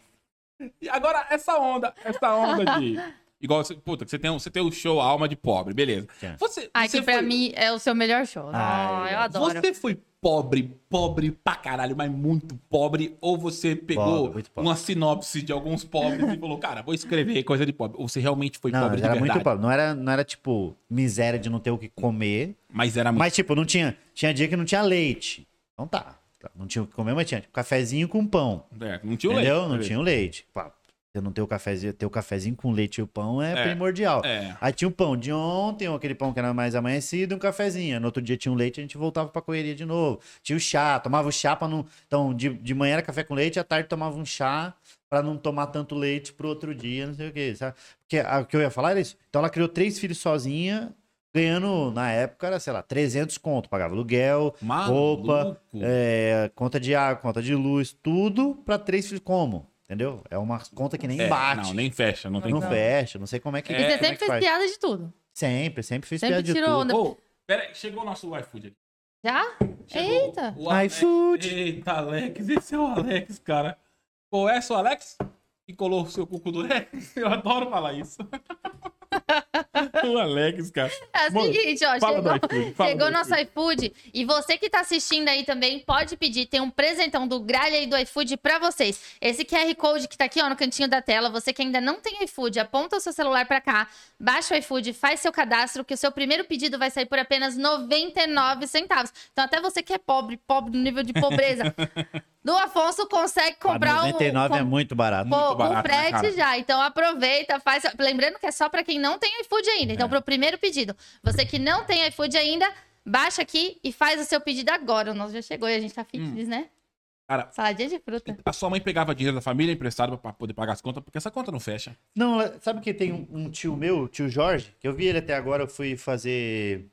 E agora, essa onda, essa onda de. Igual, você, puta, que você tem, um, você tem o show Alma de Pobre, beleza. Tinha. Você, Ai, você que pra foi- mim é o seu melhor show. Ai, Ah, eu adoro. Você foi pobre, pobre pra caralho, mas muito pobre, ou você pegou Pobre, muito pobre. uma sinopse de alguns pobres e falou, cara, vou escrever coisa de pobre. Ou você realmente foi Não, pobre de era verdade. muito pobre. Não era, não era tipo miséria de não ter o que comer. Mas era muito. Mas, tipo, não tinha. Tinha dia que não tinha leite. Então tá. tá, Não tinha o que comer, mas tinha. Tipo, cafezinho com pão. É, não tinha o entendeu? leite. não tinha o leite. Pá, você não ter o cafezinho, ter o cafezinho com leite e o pão é, É, primordial. é. Aí tinha o pão de ontem, ou aquele pão que era mais amanhecido, e um cafezinho. Aí No outro dia tinha um leite, a gente voltava pra correria de novo. Tinha o chá, tomava o chá pra não. Então, de, de manhã era café com leite, à tarde tomava um chá pra não tomar tanto leite pro outro dia, não sei o que, sabe? Porque a- o que eu ia falar era isso. Então ela criou três filhos sozinha, ganhando, na época, era, sei lá, 300 conto. Pagava aluguel, Maluco. roupa, é, conta de água, conta de luz, tudo pra três filhos. Como? Entendeu? É uma conta que nem É, bate. Não, nem fecha, não tem Não como. fecha, não sei como é que E você como é sempre que fez faz. piada de tudo. Sempre, sempre fiz Sempre piada de tirou tudo. onda. Ô, pera aí, chegou o nosso iFood aqui. Já? Chegou Eita. o Alex. iFood. um Eita, Alex, esse é o Alex, cara. Qual é o Alex? Que colou o seu cuco do Alex? Eu adoro falar isso. o Alex, cara. É o Mano, seguinte, ó, fala do chegou, iFood, fala chegou do nosso iFood e você que tá assistindo aí também pode pedir, tem um presentão do Gralha e do iFood pra vocês. Esse QR Code que tá aqui, ó, no cantinho da tela, você que ainda não tem iFood, aponta o seu celular pra cá, baixa o iFood, faz seu cadastro que o seu primeiro pedido vai sair por apenas 99 centavos. Então até você que é pobre, pobre no nível de pobreza, do Afonso consegue Pá, comprar 99 um é muito barato. Pô, muito com barato, né, frete cara? já. Então aproveita, faz. Lembrando que é só pra quem não tem iFood ainda. É. Então, pro primeiro pedido. Você que não tem iFood ainda, baixa aqui e faz o seu pedido agora. O nosso já chegou e a gente tá fitness, né? Hum. Cara, Saladinha de fruta. a sua mãe pegava dinheiro da família emprestado pra poder pagar as contas, porque essa conta não fecha. Não, ela- sabe que tem um, um tio meu, o tio Jorge, que eu vi ele até agora, eu fui fazer.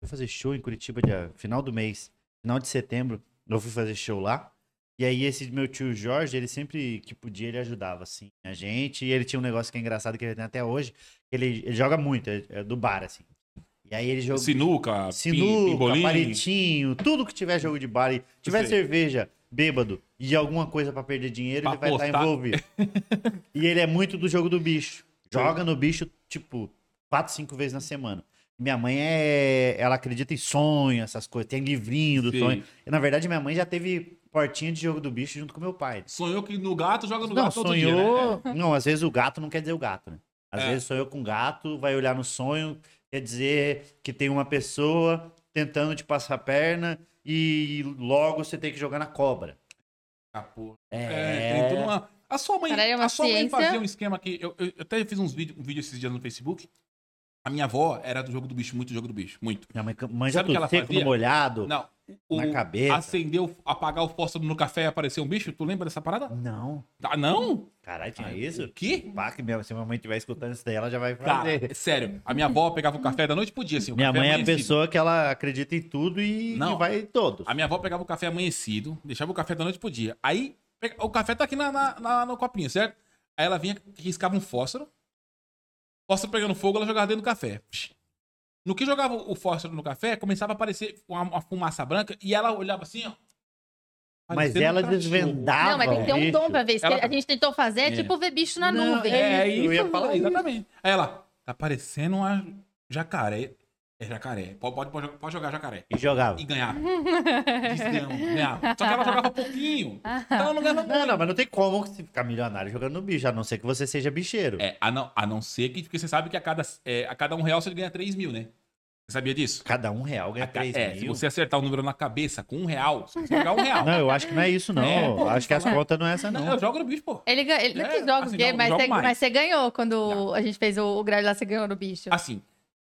Fui fazer show em Curitiba dia, final do mês. Final de setembro, eu fui fazer show lá. E aí esse meu tio Jorge, ele sempre que podia, ele ajudava, assim, a gente. E ele tinha um negócio que é engraçado que ele tem até hoje. que Ele, ele joga muito, é, é do bar, assim. E aí ele jogou. Sinuca, pin- Sinuca, palitinho, tudo que tiver jogo de bar e tiver sei. cerveja, bêbado e alguma coisa pra perder dinheiro, Pra ele vai estar apostar. envolvido. e ele é muito do jogo do bicho. Joga no bicho, tipo, quatro, cinco vezes na semana. Minha mãe é. Ela acredita em sonho, essas coisas. Tem livrinho do Sim. sonho. E, na verdade, minha mãe já teve portinha de jogo do bicho junto com meu pai. Sonhou que no gato joga no Não, gato todo sonhou. dia, É. né? Não, às vezes o gato não quer dizer o gato, né? Às É. vezes sonhou com gato, vai olhar no sonho, quer dizer que tem uma pessoa tentando te passar a perna e logo você tem que jogar na cobra. Ah, porra. É, tem É. toda uma. A sua mãe, Caralho, é uma a sua mãe ciência. fazia um esquema que. Eu, eu até fiz uns vídeo, um vídeo esses dias no Facebook. A minha avó era do jogo do bicho, muito jogo do bicho, muito. Minha mãe can- manja Sabe o que tudo, ela seco fazia? no molhado. Não. Na cabeça. Acendeu, apagar o fósforo no café e apareceu um bicho. Tu lembra dessa parada? Não. Ah, não? Caralho, tinha Ah, isso? O quê? Pá, que minha, se minha mãe estiver escutando isso daí, ela já vai Cara, fazer. sério. A minha avó pegava o café da noite, podia, assim. o minha café mãe é a amanhecido. pessoa que ela acredita em tudo e, Não. e vai em todos. A minha avó pegava o café amanhecido, deixava o café da noite pro dia. Aí, pega- o café tá aqui na, na- na- no copinho, certo? Aí ela vinha, riscava um fósforo. Fósforo pegando fogo, ela jogava dentro do café. Psh. No que jogava o fósforo no café, começava a aparecer uma, uma fumaça branca e ela olhava assim, ó. Mas parecendo um ela cachorro. desvendava. não, mas tem que ter um bicho. dom pra ver. Isso que Ela- A gente tentou fazer, é tipo ver bicho na Não, nuvem. É, Eu isso, ia falar isso. exatamente. Aí ela, Tá parecendo uma jacaré. É jacaré. Pode, pode, pode jogar- pode jogar jacaré. E jogava. E ganhar. Desgrama, ganhar. Só que ela jogava pouquinho. Então ela não ganhava Não, muito. não, mas não tem como você ficar milionário jogando no bicho, a não ser que você seja bicheiro. É, a não, a não ser que... Porque você sabe que a cada, é, a cada um real você ganha 3 mil, né? Você sabia disso? Cada um real ganha A ca- 3 é, se mil. você acertar o número na cabeça com um real, você vai jogar um real. Não, eu acho que não é isso, não. É, pô, acho que as falar. contas não é essa, Não, não. eu jogo no bicho, pô. Ele, ganha- ele não É, que joga, assim, porque- jogo- mas, jogo você, mais. mas você ganhou quando Não. a gente fez o, o grade lá, você ganhou no bicho. Assim,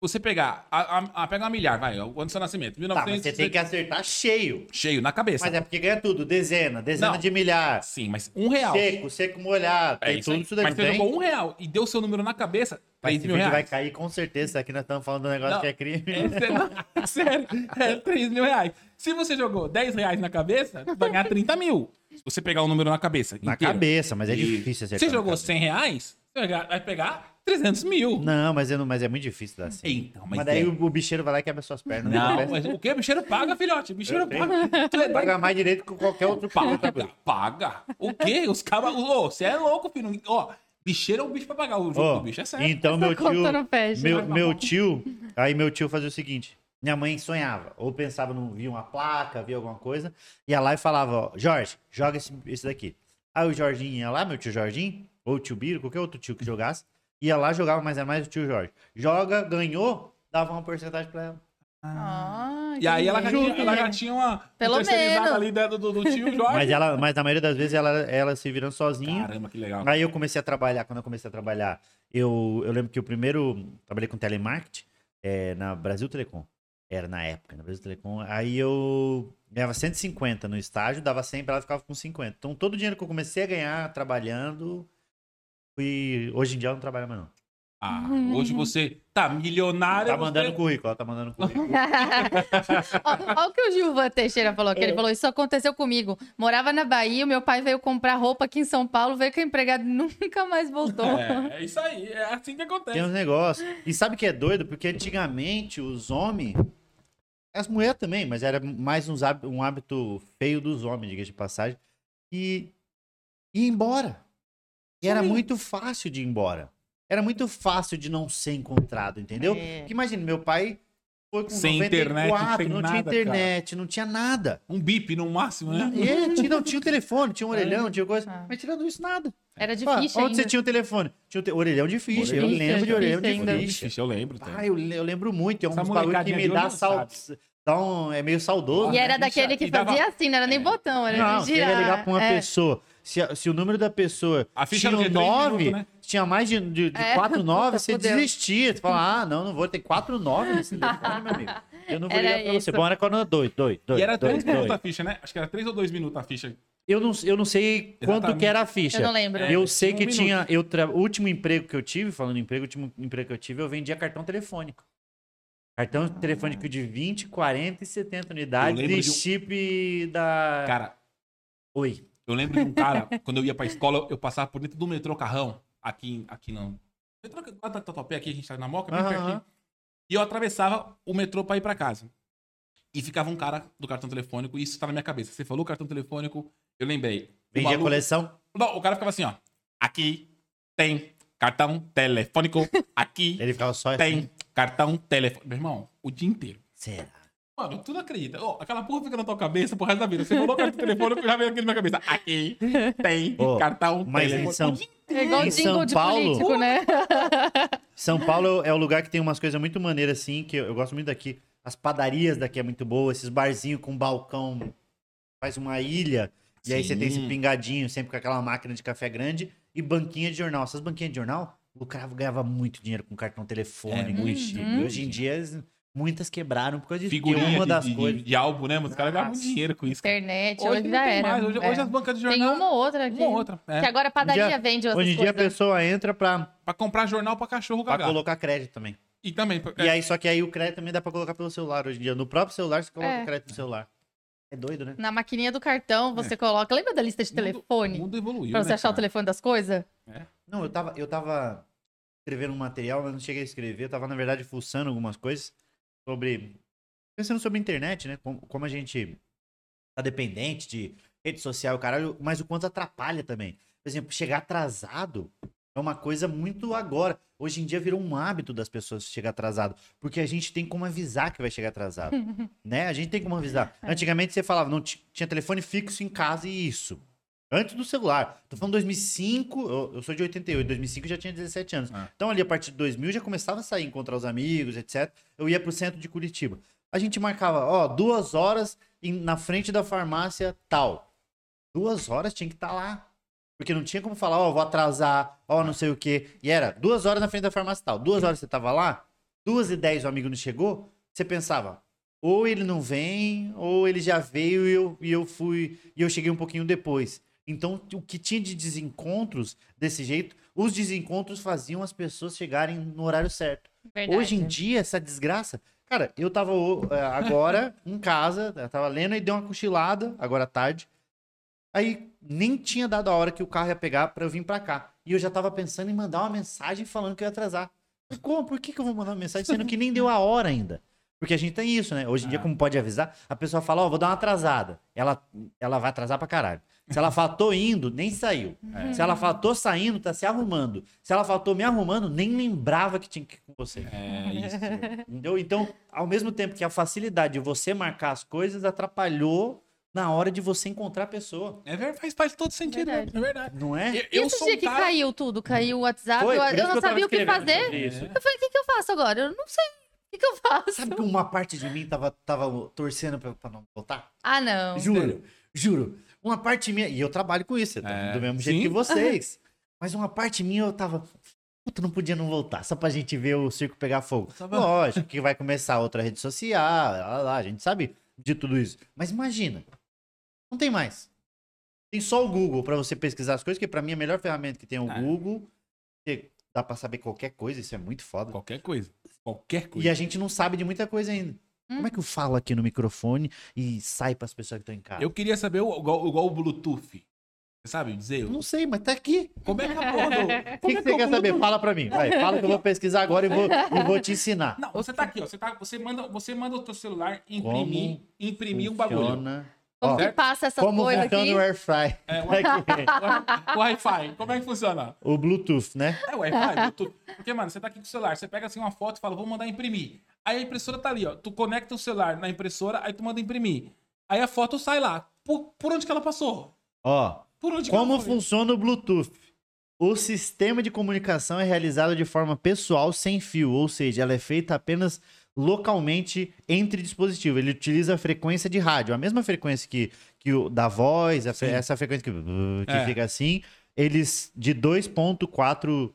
você pegar... A, a- a- pega uma milhar, vai. O ano do seu nascimento. Tá, mas você tem que 1900, acertar cheio. Cheio, na cabeça. Mas é porque ganha tudo, dezena, dezena Não. de milhar. Sim, mas um real. Seco, seco molhado. É tem isso tudo aí. isso daí, Mas não você tem? jogou um real e deu seu número na cabeça, Mas 3 esse mil vídeo vai reais. cair com certeza. Aqui nós estamos falando do negócio Não. que é crime. É, cê- não, sério, é 3 mil reais. Se você jogou 10 reais na cabeça, tu vai ganhar 30 mil. Se você pegar um número na cabeça. Na inteiro. cabeça, mas é E difícil acertar. Você na jogou cabeça. 100 reais, você vai ganhar- vai pegar 300 mil. Não, mas, eu não, mas é muito difícil dar assim. Então, mas, mas daí é- o, o bicheiro vai lá e quebra suas pernas. Não, Ele mas o que? O bicheiro paga, filhote. O bicheiro Eu tenho- tá paga. Tu é doido? Paga mais direito que qualquer outro Paga, produto. paga. O quê? Os caras. Ô, você é louco, filho. Ó, bicheiro é o bicho pra pagar. O jogo Ó, do bicho é sério. Então, Essa meu conta tio, não fecha. né, tá meu, meu tio, aí meu tio fazia o seguinte: minha mãe sonhava, ou pensava, num, via uma placa, via alguma coisa, ia lá e falava: ó, Jorge, joga esse, esse daqui. Aí o Jorginho ia lá, meu tio Jorginho, ou o tio Biro, qualquer outro tio que jogasse, ia lá, jogava, mas era mais o tio Jorge. Joga, ganhou, dava uma porcentagem pra ela. Ah, E aí ela já, entendi. tinha, né? ela já tinha uma Pelo terceirizada menos. ali da- do, do tio Jorge. Mas, é assim. ela, mas na maioria das vezes ela, ela se virando sozinha. Caramba, que legal. Aí eu comecei a trabalhar, quando eu comecei a trabalhar, eu, eu lembro que o primeiro, trabalhei com telemarketing é, na Brasil Telecom, era na época, na Brasil Telecom, aí eu ganhava 150 no estágio, dava 100 pra ela, ficava com 50. Então todo o dinheiro que eu comecei a ganhar trabalhando, fui, hoje em dia eu não trabalho mais não. Ah, hoje você tá milionário. Tá você- mandando currículo, ela tá mandando currículo. Olha o que o Gilvan Teixeira falou, É. que ele falou, isso aconteceu comigo. Morava na Bahia, o meu pai veio comprar roupa aqui em São Paulo, veio com a empregada e nunca mais voltou. É, é isso aí, é assim Tem que acontece. uns negócios. E sabe o que é doido? Porque antigamente os homens. As mulheres também, mas era mais uns háb- um hábito feio dos homens, diga de passagem. E ia embora. E era muito fácil de ir embora. Era muito fácil de não ser encontrado, entendeu? É. Porque imagina, meu pai foi com Sem 94, internet, sem não tinha nada, internet, não tinha nada. Um bip no máximo, né? É, tinha, não tinha o telefone, tinha um orelhão, tinha coisa. É. Ah. Mas tirando isso, nada. Era Ah, difícil onde você ainda. tinha o telefone? Tinha o te- orelhão de ficha. Eu Orelhão de lembro ficha, de orelhão ficha de ainda. ficha. Ixi, é eu lembro. tá? Ah, eu, le- eu lembro muito. É um Essa dos bagulho que molecadinha me de hoje dá não sal... dá um, É meio saudoso. E né? era daquele que E dava- fazia assim, não era nem botão, era É. Não, de você ia girar. ligar pra uma É. pessoa. Se, a- se o número da pessoa A ficha tinha um era de três nove, minutos, né? tinha mais de, de, de É, quatro nove, puta, você fudeu. desistia. Você fala, ah, não, não vou ter quatro nove nesse telefone, meu amigo. Eu não vou Era ligar pra isso. você. Bom, era quando dois, dois, dois. E era dois, três minutos a dois. ficha, né? Acho que era três ou dois minutos a ficha. Eu não, eu não sei quanto Exatamente. que era a ficha. Eu não lembro. Eu sei um que minuto. tinha. Eu tra- O último emprego que eu tive, falando em emprego, o último emprego que eu tive, eu vendia cartão telefônico. Cartão telefônico de 20, 40 e 70 unidades Ah. Eu lembro e de um- chip da. Cara, Oi. eu lembro de um cara, quando eu ia pra escola, eu passava por dentro do metrô carrão. Aqui, em- aqui não. Metrô lá da Tatuapé, aqui a gente tá na Moca, bem Aham. pertinho. E eu atravessava o metrô pra ir pra casa. E ficava um cara do cartão telefônico, e isso tá na minha cabeça. Você falou cartão telefônico, eu lembrei. O Vendia maluco- coleção. Não, o cara ficava assim, ó. Aqui tem cartão telefônico. Aqui Ele ficava só. assim. tem cartão telefônico. Meu irmão, o dia inteiro. Será? Mano, tu não acredita. Ó, aquela porra fica na tua cabeça pro resto da vida. Você falou cartão telefônico, já veio aqui na minha cabeça. Aqui tem tá um Ó, cartão Mas em telefônico. São, É igual Em jingle São de Paulo? político, né? São Paulo é o lugar que tem umas coisas muito maneiras, assim, que eu, eu gosto muito daqui. As padarias daqui é muito boa, esses barzinhos com balcão, faz uma ilha, e aí você tem esse Sim. pingadinho, sempre com aquela máquina de café grande, e banquinha de jornal. Essas banquinhas de jornal, o cara ganhava muito dinheiro com cartão É, telefônico. muito e chip. dinheiro. Hoje em dia, as- muitas quebraram por causa disso. porque Figurinha uma das de, de, coisas. de álbum, né? Mas os caras ganham muito dinheiro com isso. cara. Internet, hoje, Hoje não já tem era. mais. Hoje, É. hoje as bancas de Tem jornal... uma ou outra aqui. uma ou outra. é. Que agora a padaria né? Hoje em vende outras Hoje em dia a coisas. pessoa entra pra, Pra comprar jornal pra cachorro pra cagar. colocar crédito também. E também... é, E aí, só que aí o crédito também dá pra colocar pelo celular hoje em dia. No próprio celular, você coloca É. o crédito no celular. É doido, né? Na maquininha do cartão, É. você coloca... Lembra da lista de telefone? O mundo evoluiu, pra você né, achar o cara? telefone das coisas? Não, eu tava, eu tava escrevendo um material, mas não cheguei a escrever. Eu tava, na verdade, fuçando algumas coisas sobre. Pensando sobre a internet, né? Como, como a gente tá dependente de rede social, e o caralho, mas o quanto atrapalha também. Por exemplo, chegar atrasado é É uma coisa muito agora. Hoje em dia virou um hábito das pessoas chegar atrasado, porque a gente tem como avisar que vai chegar atrasado, né? A gente tem como avisar. Antigamente você falava, não ti- tinha telefone fixo em casa e isso. Antes do celular. Tô falando 2005, eu, eu sou de 88, 2005 eu já tinha 17 anos. Ah. Então ali a partir de 2000 já começava a sair, encontrar os amigos, etc. Eu ia pro centro de Curitiba. A gente marcava, ó, duas horas em- na frente da farmácia tal. Duas horas tinha que estar lá. Porque não tinha como falar, ó, vou atrasar, ó, não sei o quê. E era duas horas na frente da farmácia tal. Duas horas você tava lá, duas e dez o amigo não chegou, você pensava, ou ele não vem, ou ele já veio e eu, e eu fui, e eu cheguei um pouquinho depois. Então, o que tinha de desencontros desse jeito, os desencontros faziam as pessoas chegarem no horário certo. Verdade. Hoje em dia, essa desgraça. Cara, eu tava ô, é, agora em casa, eu tava lendo e dei uma cochilada, agora à tarde. Aí nem tinha dado a hora que o carro ia pegar pra eu vir pra cá. E eu já tava pensando em mandar uma mensagem falando que eu ia atrasar. Mas como? Por que, que eu vou mandar uma mensagem sendo que nem deu a hora ainda? Porque a gente tem isso, né? Hoje em dia, Ah. como pode avisar, a pessoa fala, ó, vou dar uma atrasada. Ela, ela vai atrasar pra caralho. Se ela fala, tô indo, nem saiu. Uhum. Se ela fala, tô saindo, tá se arrumando. Se ela fala, tô me arrumando, nem lembrava que tinha que ir com você. É isso. Entendeu? Então, ao mesmo tempo que a facilidade de você marcar as coisas atrapalhou na hora de você encontrar a pessoa, É verdade, faz, faz todo sentido. Verdade. É verdade. não é? E esse um dia que caiu tudo, caiu o WhatsApp, Foi, eu, por eu isso que não eu tava sabia o que escrevendo fazer. sobre isso. Eu falei, o que, que eu faço agora? Eu não sei. O que, que eu faço? Sabe que uma parte de mim tava, tava torcendo pra, pra não voltar? Ah, não. Juro, juro. Uma parte minha, e eu trabalho com isso, eu tô É, do mesmo jeito sim. que vocês. Mas uma parte minha eu tava, puta, não podia não voltar, só pra gente ver o circo pegar fogo. Só pra- Lógico que vai começar outra rede social, lá, lá, a gente sabe de tudo isso. Mas imagina, não tem mais. Tem só o Google pra você pesquisar as coisas, que pra mim a melhor ferramenta que tem é o É. Google, que dá pra saber qualquer coisa, isso é muito foda. Qualquer coisa. Qualquer E coisa. Hum. a gente não sabe de muita coisa ainda. Como é que eu falo aqui no microfone e sai pras pessoas que estão em casa? Eu queria saber o- igual, igual o Bluetooth. Você sabe dizer? Eu Não sei, mas tá aqui. Como é que a porra do... O que, Como é que você o quer saber? Fala pra mim. Vai, fala que eu vou pesquisar agora e vou, e vou te ensinar. Não, você tá aqui, ó. Você, tá, você, manda, você manda o teu celular imprimir, imprimir um bagulho. Funciona- Como Ó, que passa essa como coisa funciona aqui? o AirFry? É, o Aqui. Wi- o Wi-Fi, como é que funciona? o Bluetooth, né? É o Wi-Fi, Bluetooth. Porque, mano, você tá aqui com o celular, você pega assim uma foto e fala, vou mandar imprimir. Aí a impressora tá ali, ó. Tu conecta o celular na impressora, aí tu manda imprimir. Aí a foto sai lá. Por, por onde que ela passou? Ó, Por onde que como ela foi? funciona o Bluetooth? O sistema de comunicação é realizado de forma pessoal, sem fio, ou seja, ela é feita apenas localmente entre dispositivos. Ele utiliza a frequência de rádio, a mesma frequência que, que o da voz, a fre- Sim. essa frequência que, que É. fica assim, eles de 2.4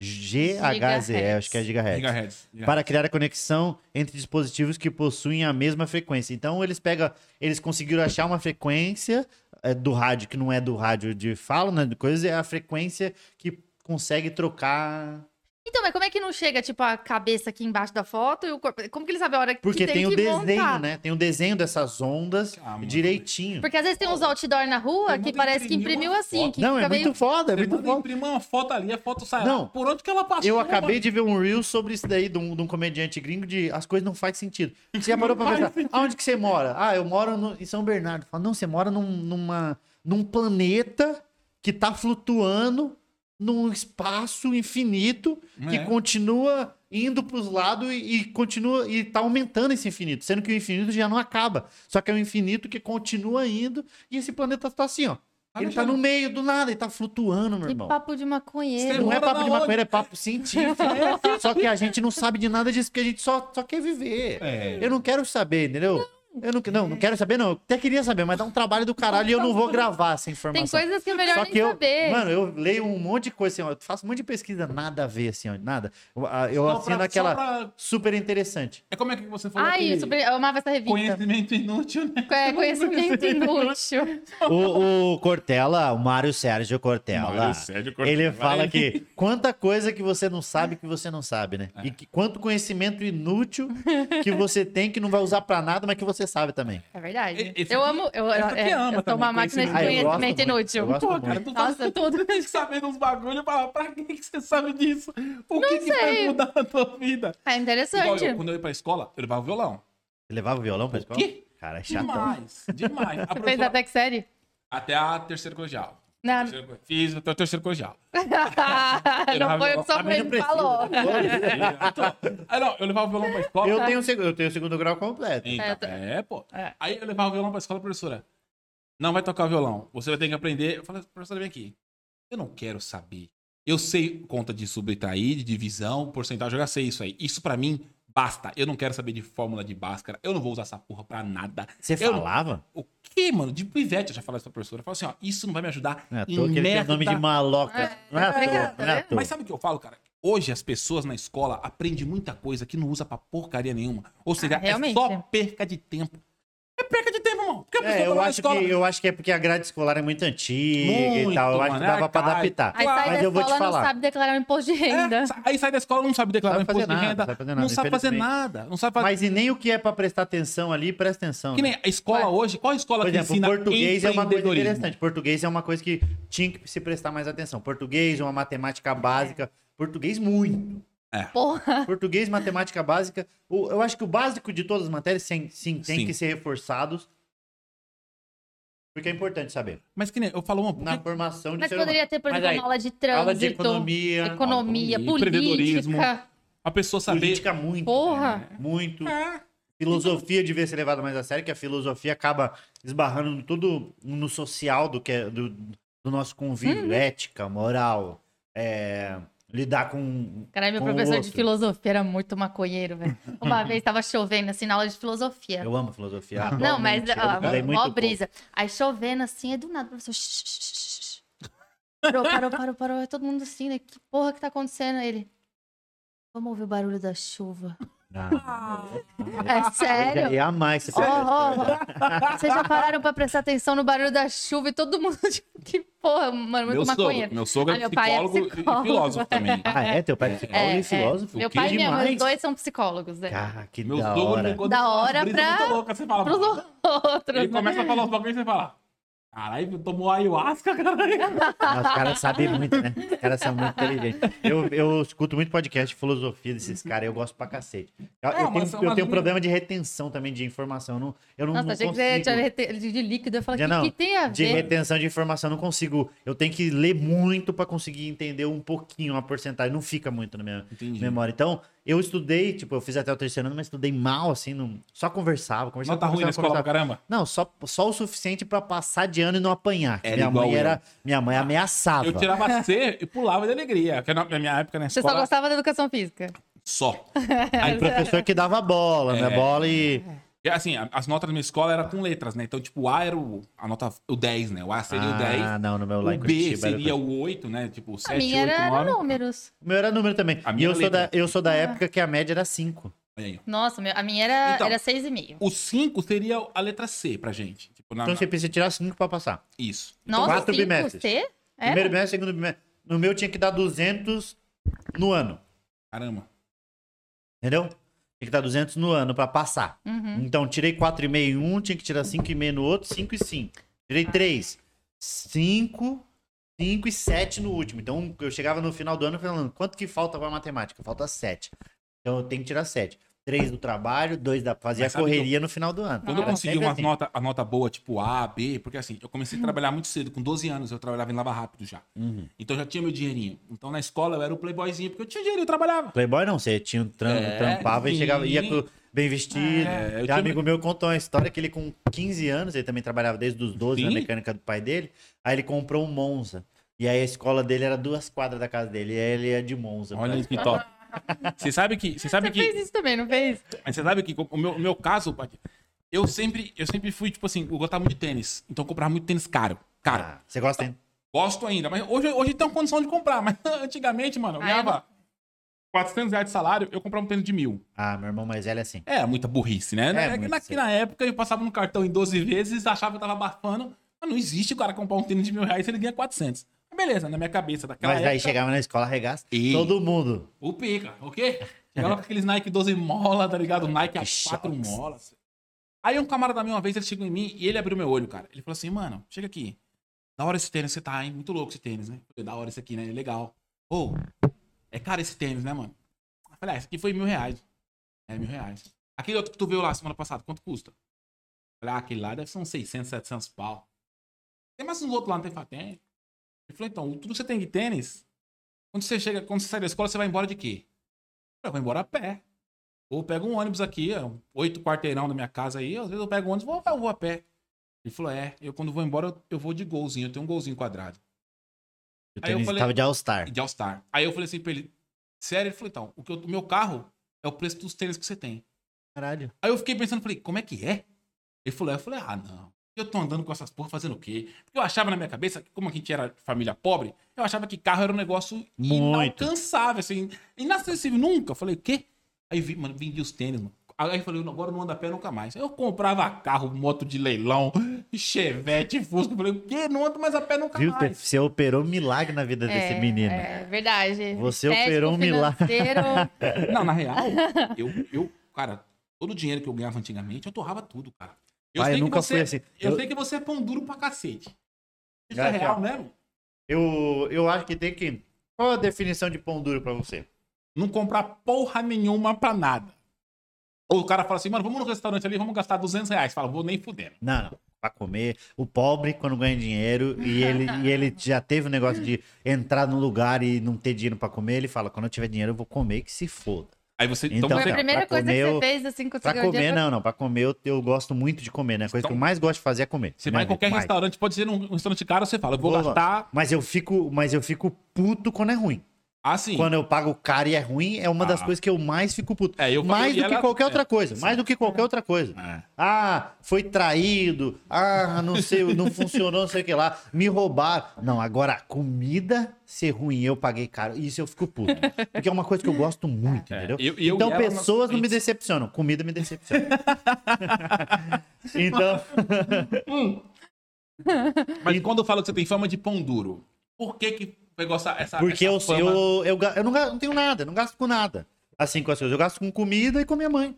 GHz, é, acho que é gigahertz. Gigahertz. Yeah. para criar a conexão entre dispositivos que possuem a mesma frequência. Então eles pegam, eles conseguiram achar uma frequência eh, do rádio que não é do rádio de fala, né, de coisa, é a frequência que consegue trocar Então, mas como é que não chega, tipo, a cabeça aqui embaixo da foto e o corpo. Como que ele sabe a hora que porque tem, tem, o que desenho, montar? né? Tem o desenho dessas ondas Ah, mano. direitinho. Porque às vezes tem uns outdoor na rua Todo que mundo parece que imprimiu imprimiu uma assim. foto. Que Não, fica é meio- muito foda, é Você muito manda foda. imprimir uma foto ali, a foto sai lá. Não. Por onde que ela passou? Eu acabei de ver um reel sobre isso daí, de um, de um comediante gringo, de as coisas não faz sentido. Você já parou pra faz pensar, aonde que você mora? Ah, eu moro no- em São Bernardo. Fala, não, você mora num, numa, num planeta que tá flutuando num espaço infinito que É. continua indo pros lados e, e continua e tá aumentando esse infinito, sendo que o infinito já não acaba, só que é um infinito que continua indo e esse planeta tá assim, ó. Tá ele tá mexendo. no meio do nada, ele tá flutuando, meu Que irmão. papo de maconheiro. Você Não é Mora papo de na maconheiro, é papo científico. só que a gente não sabe de nada disso, porque a gente só, só quer viver. É. Eu não quero saber, entendeu? Eu não, não, não quero saber, não. Eu até queria saber, mas dá um trabalho do caralho e eu não vou gravar essa Tem informação. coisas que é melhor Só nem que eu, saber. mano, eu leio um monte de coisa assim, ó, eu faço um monte de pesquisa, nada a ver, assim, ó, nada. Eu, a- eu Só pra- assino só aquela pra- super interessante. É como é que você falou Ai, que super- eu amava essa revista. conhecimento inútil, né? É, conhecimento inútil. O, o Cortella, o Mário Sérgio Cortella, Mário Sérgio Cortella. ele fala que quanta coisa que você não sabe que você não sabe, né? É. E que, quanto conhecimento inútil que você tem que não vai usar pra nada, mas que você sabe também. É verdade. E- esse- eu amo. Eu, essa que é, ama eu também, tomo uma máquina de Ah, eu gosto conhecimento muito, inútil. eu gosto Pô, muito. cara, tu tá Nossa, faz tudo. tem que saber uns bagulho e falar, pra que que você sabe disso? O que, que vai sei. mudar na tua vida? É Igual interessante. eu, quando eu ia pra escola, eu levava o violão. Você levava o violão pra escola? quê? Cara, é chatão. Demais, demais. A Fez professora- até que série? Até a terceira colegial. Não, Fiz o teu terceiro colegial. não foi o que só A mim não ele precisa. falou. Ah, não, eu levava o violão pra escola. Eu tenho, seg- eu tenho segundo grau completo. Eita, É, eu tô- é, pô. É. Aí eu levava o violão pra escola, professora. Não vai tocar violão. Você vai ter que aprender. Eu falei, professora, vem aqui. Eu não quero saber. Eu sei conta de subtrair, de divisão, porcentagem, eu já sei isso aí. Isso pra mim basta. Eu não quero saber de fórmula de Bhaskara. Eu não vou usar essa porra pra nada. Você Eu- falava? O que, mano? De pivete eu já falava isso pra professora. Eu falava assim, ó, isso não vai me ajudar Não é à em toa que ele tem o merda nome de maloca. É, não é à tá toa, ligado, não é à né? toa. mas sabe o que eu falo, cara? Hoje as pessoas na escola aprendem muita coisa que não usa pra porcaria nenhuma. Ou seja, Ah, é realmente. só perca de tempo. É perca de tempo, irmão. Porque a pessoa É, tá eu lá na acho, que, escola. eu acho que é porque a grade escolar é muito antiga Muito, e tal. Eu acho que mano, é dava pra arcaico. adaptar. Aí Claro. sai Mas da eu vou te escola, não falar. sabe declarar um imposto de É, renda. sa- aí sai da escola, não sabe declarar Sabe fazer imposto de nada, renda. sabe fazer nada, não sabe fazer infelizmente. nada. Não sabe fazer. Mas e nem o que é pra prestar atenção ali, presta atenção. Que né? nem a escola hoje, qual a escola Por que exemplo, ensina português é uma coisa empreendedorismo? interessante. Português é uma coisa que tinha que se prestar mais atenção. Português, uma matemática básica. Português, muito. Porra. Português, matemática básica. O- eu acho que o básico de todas as matérias, sim, sim tem Sim. que ser reforçados. Porque é importante saber. Mas que nem, eu falo uma... Na formação de Mas ser humano. poderia ter, um por Mas exemplo, aí, uma aula de trânsito. aula de economia, economia, economia, empreendedorismo. política. A pessoa saber... política muito. É, Porra. Muito. Filosofia devia ser levada mais a sério, que a filosofia acaba esbarrando no tudo no social do que é- do, do nosso convívio, Uhum. ética, moral, é, lidar com Caralho, meu com o professor de outro. filosofia era muito maconheiro, velho. Uma vez tava chovendo, assim, na aula de filosofia. Eu amo filosofia. Não, mas, atualmente, eu ó, mudei né? é muito ó, pouco. brisa. Aí chovendo, assim, é do nada, o professor... "Shh, shh, shh, shh, shh." Parou, parou, parou, parou. Aí todo mundo assim, né? Que porra que tá acontecendo? Aí Ele... Vamos ouvir o barulho da chuva. Ah, É eu já sério? ia amar esse Ó, professor. ó, ó. Vocês já pararam pra prestar atenção no barulho da chuva e todo mundo... tipo, Que porra, mano, muito Meu sogro, maconheiro. meu sogro Ah, é meu pai é psicólogo e- e psicólogo. filósofo também. Ah, é? Teu pai é psicólogo É, e filósofo? é. Meu Que pai e minha mãe, os demais. dois são psicólogos, é. Cara, que Meu da sogro hora. ligou... Da numa hora brisa pra- muito louca, você fala, Pros outros, Ele né? começa a falar os bagulhos e você fala... Caralho, tomou ayahuasca, caralho. Ah, os caras sabem muito, né? Os caras são muito inteligentes. Eu, eu escuto muito podcast de filosofia desses Uhum. caras, eu gosto pra cacete. Eu, eu mas tenho, são eu umas tenho mini- problema de retenção também de informação. Eu não, eu não, Nossa, não achei que consigo. você ia tirar rete- de, de líquido. Eu falei, Já o não, que, que tem a de ver? retenção de informação, eu não consigo. Eu tenho que ler muito pra conseguir entender um pouquinho uma porcentagem. Não fica muito na minha Entendi. memória. Então, eu estudei, tipo, eu fiz até o terceiro ano, mas estudei mal, assim, não... só conversava, conversava. Nota ruim na conversava, escola pra conversava. caramba. Não, só, só o suficiente pra passar de ano e não apanhar. que Era minha igual mãe eu. Ah, era. Minha mãe ameaçava. Eu tirava C e pulava de alegria. Porque na na minha época na Você só escola, gostava É da educação física. só. Aí o professor que dava bola, É. né? Bola e. E, assim, a- as notas da minha escola eram com letras, né? Então, tipo, o A era o, a nota, o 10, né? O A seria o 10. Ah, não, no meu o lá em B Curitiba era seria coisa- o 8, né? Tipo, o A 7, minha 8, era, era 9. números. O meu era número também. A E minha eu sou, da, letra. eu sou da época que a média era 5. Olha aí, ó. Nossa, meu- a minha era, Então. era 6,5. O 5 seria a letra C pra gente. Tipo, na, Então na, você precisa tirar 5 pra passar. isso. Então, Nossa, É? quatro 5 bimestres. C? Era? Primeiro bimestre, segundo bimestre. No meu tinha que dar 200 no ano. Caramba. Entendeu? Tinha que dar 200 no ano pra passar. Uhum. Então tirei 4,5 em um, tinha que tirar 5,5 no outro, 5 e 5. Tirei 3. 5. 5 e 7 no último. Então eu chegava no final do ano falando, quanto que falta pra matemática? Falta 7. Então eu tenho que tirar 7. 3 do trabalho, 2 da fazer Mas a sabe que eu- correria no final do ano. Quando eu Era consegui sempre uma assim. nota, a nota boa, tipo A, B, porque assim, eu Uhum. comecei a trabalhar muito cedo, com 12 anos, eu trabalhava em Lava Rápido já. Então eu já tinha meu dinheirinho. Então na escola eu era o playboyzinho, porque eu tinha dinheiro, eu trabalhava. Playboy não, você tinha um trampo, É, trampava e sim. chegava, ia com- bem vestido. É, eu Tem um tinha- amigo meu contou uma história que ele com 15 anos, ele também trabalhava desde os 12 na Sim. mecânica do pai dele, aí ele comprou um Monza. E aí a escola dele era duas quadras da casa dele, e aí ele ia de Monza. Olha que top. Você sabe que. Você sabe Você que. fez isso também, não fez? Mas você sabe que o meu, o meu caso, Paty, eu sempre, eu sempre fui, tipo assim, eu gostava muito de tênis. Então eu comprava muito tênis caro. Caro. Ah, você gosta, hein? Gosto ainda, mas hoje, hoje tem condição de comprar. Mas antigamente, mano, eu Ah, eu ganhava 400 reais de salário, eu comprava um tênis de mil. Ah, meu irmão mais velho é assim. Era muita burrice, né? na, muito na, sim. na época eu passava no cartão em 12 vezes, achava que eu tava abafando. Mas não existe o cara comprar um tênis de mil reais e ele ganha 400. Mas Beleza, na minha cabeça, daquela Mas daí época, chegava na escola, arregaça. então- E- Todo mundo. o pica, o quê? Chegava com aqueles Nike 12 mola, tá ligado? Nike a É, Que 4 choques. molas. Aí um camarada meu uma vez, ele chegou em mim e ele abriu meu olho, cara. Ele falou assim, mano, chega aqui. Da hora esse tênis que você tá, hein? Muito louco esse tênis, né? Eu Falei, da hora esse aqui, né? Legal. Ô, é caro esse tênis, né, mano? Eu falei, ah, esse aqui foi mil reais. É, mil reais. Aquele outro que tu veio lá semana passada, quanto custa? Eu falei, ah, aquele lá deve ser uns 600, 700 pau. Tem mais uns outros lá, não tem? Falei, Tem. Ele falou, então, tudo que você tem de tênis, quando você chega, quando você sai da escola, você vai embora de quê? Eu falei, vou embora a pé. Ou eu pego um ônibus aqui, é um oito quarteirão da minha casa aí, às vezes eu pego um ônibus e vou, eu vou a pé. Ele falou, é, eu quando vou embora, eu, eu vou de golzinho, eu tenho um golzinho quadrado. O Aí eu tênis falei- tava de E All-Star. de All-Star. Aí eu falei assim pra ele, sério? Ele falou, então, o, que eu- o meu carro é o preço dos tênis que você tem. Caralho. Aí eu fiquei pensando, falei, como é que é? Ele falou, é. eu falei, ah, não. Eu tô andando com essas porra fazendo o quê? Porque eu achava na minha cabeça, que como a gente era família pobre, eu achava que carro era um negócio Muito. inalcançável, assim, inacessível nunca. Eu falei, o quê? Aí vi, mano, vendi os tênis, mano. Aí eu falei, "Não, agora eu não ando a pé nunca mais. Aí Eu comprava carro, moto de leilão, chevette, fusca. Eu falei, o quê? Não ando mais a pé nunca Viu? Te- mais. Você operou um milagre na vida desse menino. É verdade. Você Estético, operou um milagre. financeiro. Não, na real, eu, eu, cara, todo o dinheiro que eu ganhava antigamente, eu torrava tudo, cara. Eu Pai, sei eu que nunca você- fui assim. Eu, Eu, sei que você é pão duro pra cacete. Isso é Aqui, ó. real, né? mano? eu, eu acho que tem que. Qual a definição de pão duro pra você? Não comprar porra nenhuma pra nada. Ou o cara fala assim, mano, vamos no restaurante ali, vamos gastar 200 reais. Fala, vou nem fudendo. Não, não. Pra comer. O pobre, quando ganha dinheiro, e ele, e ele já teve o negócio de entrar num lugar e não ter dinheiro pra comer, ele fala: quando eu tiver dinheiro, eu vou comer que se foda. Aí você... Então, Foi a você- Não, primeira pra coisa que comer, você eu- fez assim que você Pra ganhou comer, dinheiro. não, não. Pra comer, eu, eu gosto muito de comer, né? A coisa Então- que eu mais gosto de fazer é comer. Você Minha vai em vida, qualquer mais. restaurante, pode ser num restaurante caro, você fala, eu vou Vou lá. gastar Mas eu fico, mas eu fico puto quando é ruim. assim. Quando eu pago caro e é ruim, é uma das Ah. coisas que eu mais fico puto. É, eu mais do e que ela- qualquer é, outra coisa. sim. Mais do que qualquer outra coisa. É. Ah, foi traído. Ah, não sei, não funcionou, não sei o que lá. Me roubaram. Não, agora, comida ser ruim, eu paguei caro. Isso eu fico puto. Porque é uma coisa que eu gosto muito, É, entendeu? eu- eu então, e ela, pessoas nós- não me a gente- decepcionam. Comida me decepciona. então, Mas quando eu falo que você tem fama de pão duro, por que que pegou essa... essa porque eu, essa fama? eu, eu, ga- eu não, ga- não tenho nada, não gasto com nada. Assim com as coisas. Eu gasto com comida e com minha mãe.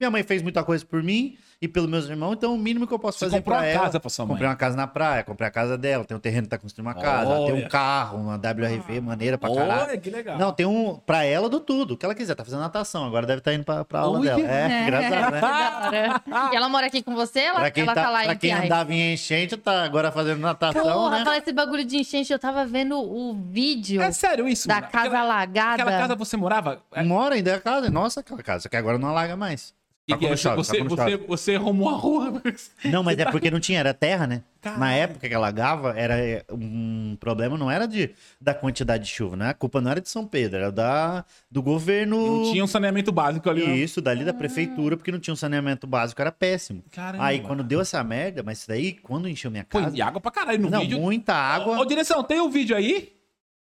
Minha mãe fez muita coisa por mim e pelos meus irmãos, então o mínimo que eu posso Você fazer comprou pra uma ela... casa pra sua mãe. Comprei uma casa na praia, comprei a casa dela, tem um terreno que tá construindo uma casa, Olha. tem um carro, uma Ah. WRV maneira pra caralho. Olha, que legal. Não, tem um. Pra ela, eu dou tudo. O que ela quiser. Tá fazendo natação. Agora deve estar indo pra, pra aula Olha. dela. É, engraçado, né? Da hora. E ela mora aqui com você? Ela, Pra quem, ela tá, tá, lá pra em quem Piai? andava em enchente, tá agora fazendo natação, Porra, tá né? fala esse bagulho de enchente. Eu tava vendo o vídeo É sério isso? da mano? casa Aquela- alagada. Aquela casa você morava? É, Mora ainda a casa. Nossa, aquela casa. Só que agora não alaga mais. que Só que é? quando chove, só você, quando você, chove. você arrumou a rua. Não, mas é porque não tinha, era terra, né? Caralho. Na época que alagava, era é, um problema não era de, da quantidade de chuva, né? A culpa não era de São Pedro, era da, do governo. Não tinha um saneamento básico ali. E não. isso, dali da prefeitura, porque não tinha um saneamento básico, era péssimo. Caramba. Aí quando deu essa merda, mas isso daí, quando encheu minha Pô, casa. e água pra caralho no não, vídeo. muita água. Ô, direção, tem um vídeo aí?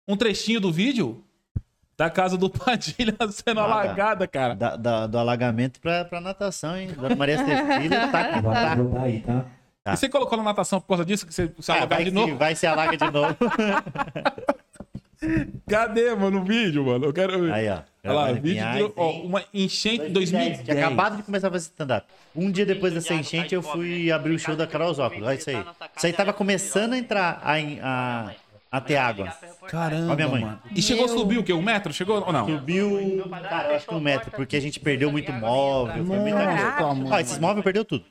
Um trechinho do vídeo? Da casa do Padilha sendo Nada. alagada, cara. da- da- do alagamento pra, pra natação, hein? Dona Maria Cecília tá com tá. E você colocou na natação por causa disso? Que você se Ah, alagar vai, Tá, de se, novo? vai se alaga de novo. Cadê, mano, o vídeo, mano? Eu quero ver. Aí, ó. Olha lá, Gravando em vídeo Pinhais, do, ó, hein? uma enchente 2010, 2010. tinha acabado de começar a fazer stand-up. Um dia depois dessa enchente, eu fui abrir o show da Carol Zóculos. Olha isso aí. Isso aí tava começando a entrar, a, a, a ter água. Caramba, Ó, minha mãe. mano. E chegou a subir o quê? Um metro? Chegou ou não? Subiu, cara, eu acho que um metro, porque a gente perdeu muito móvel, foi muita coisa. Nossa, mano. Ó, esses móveis perdeu tudo.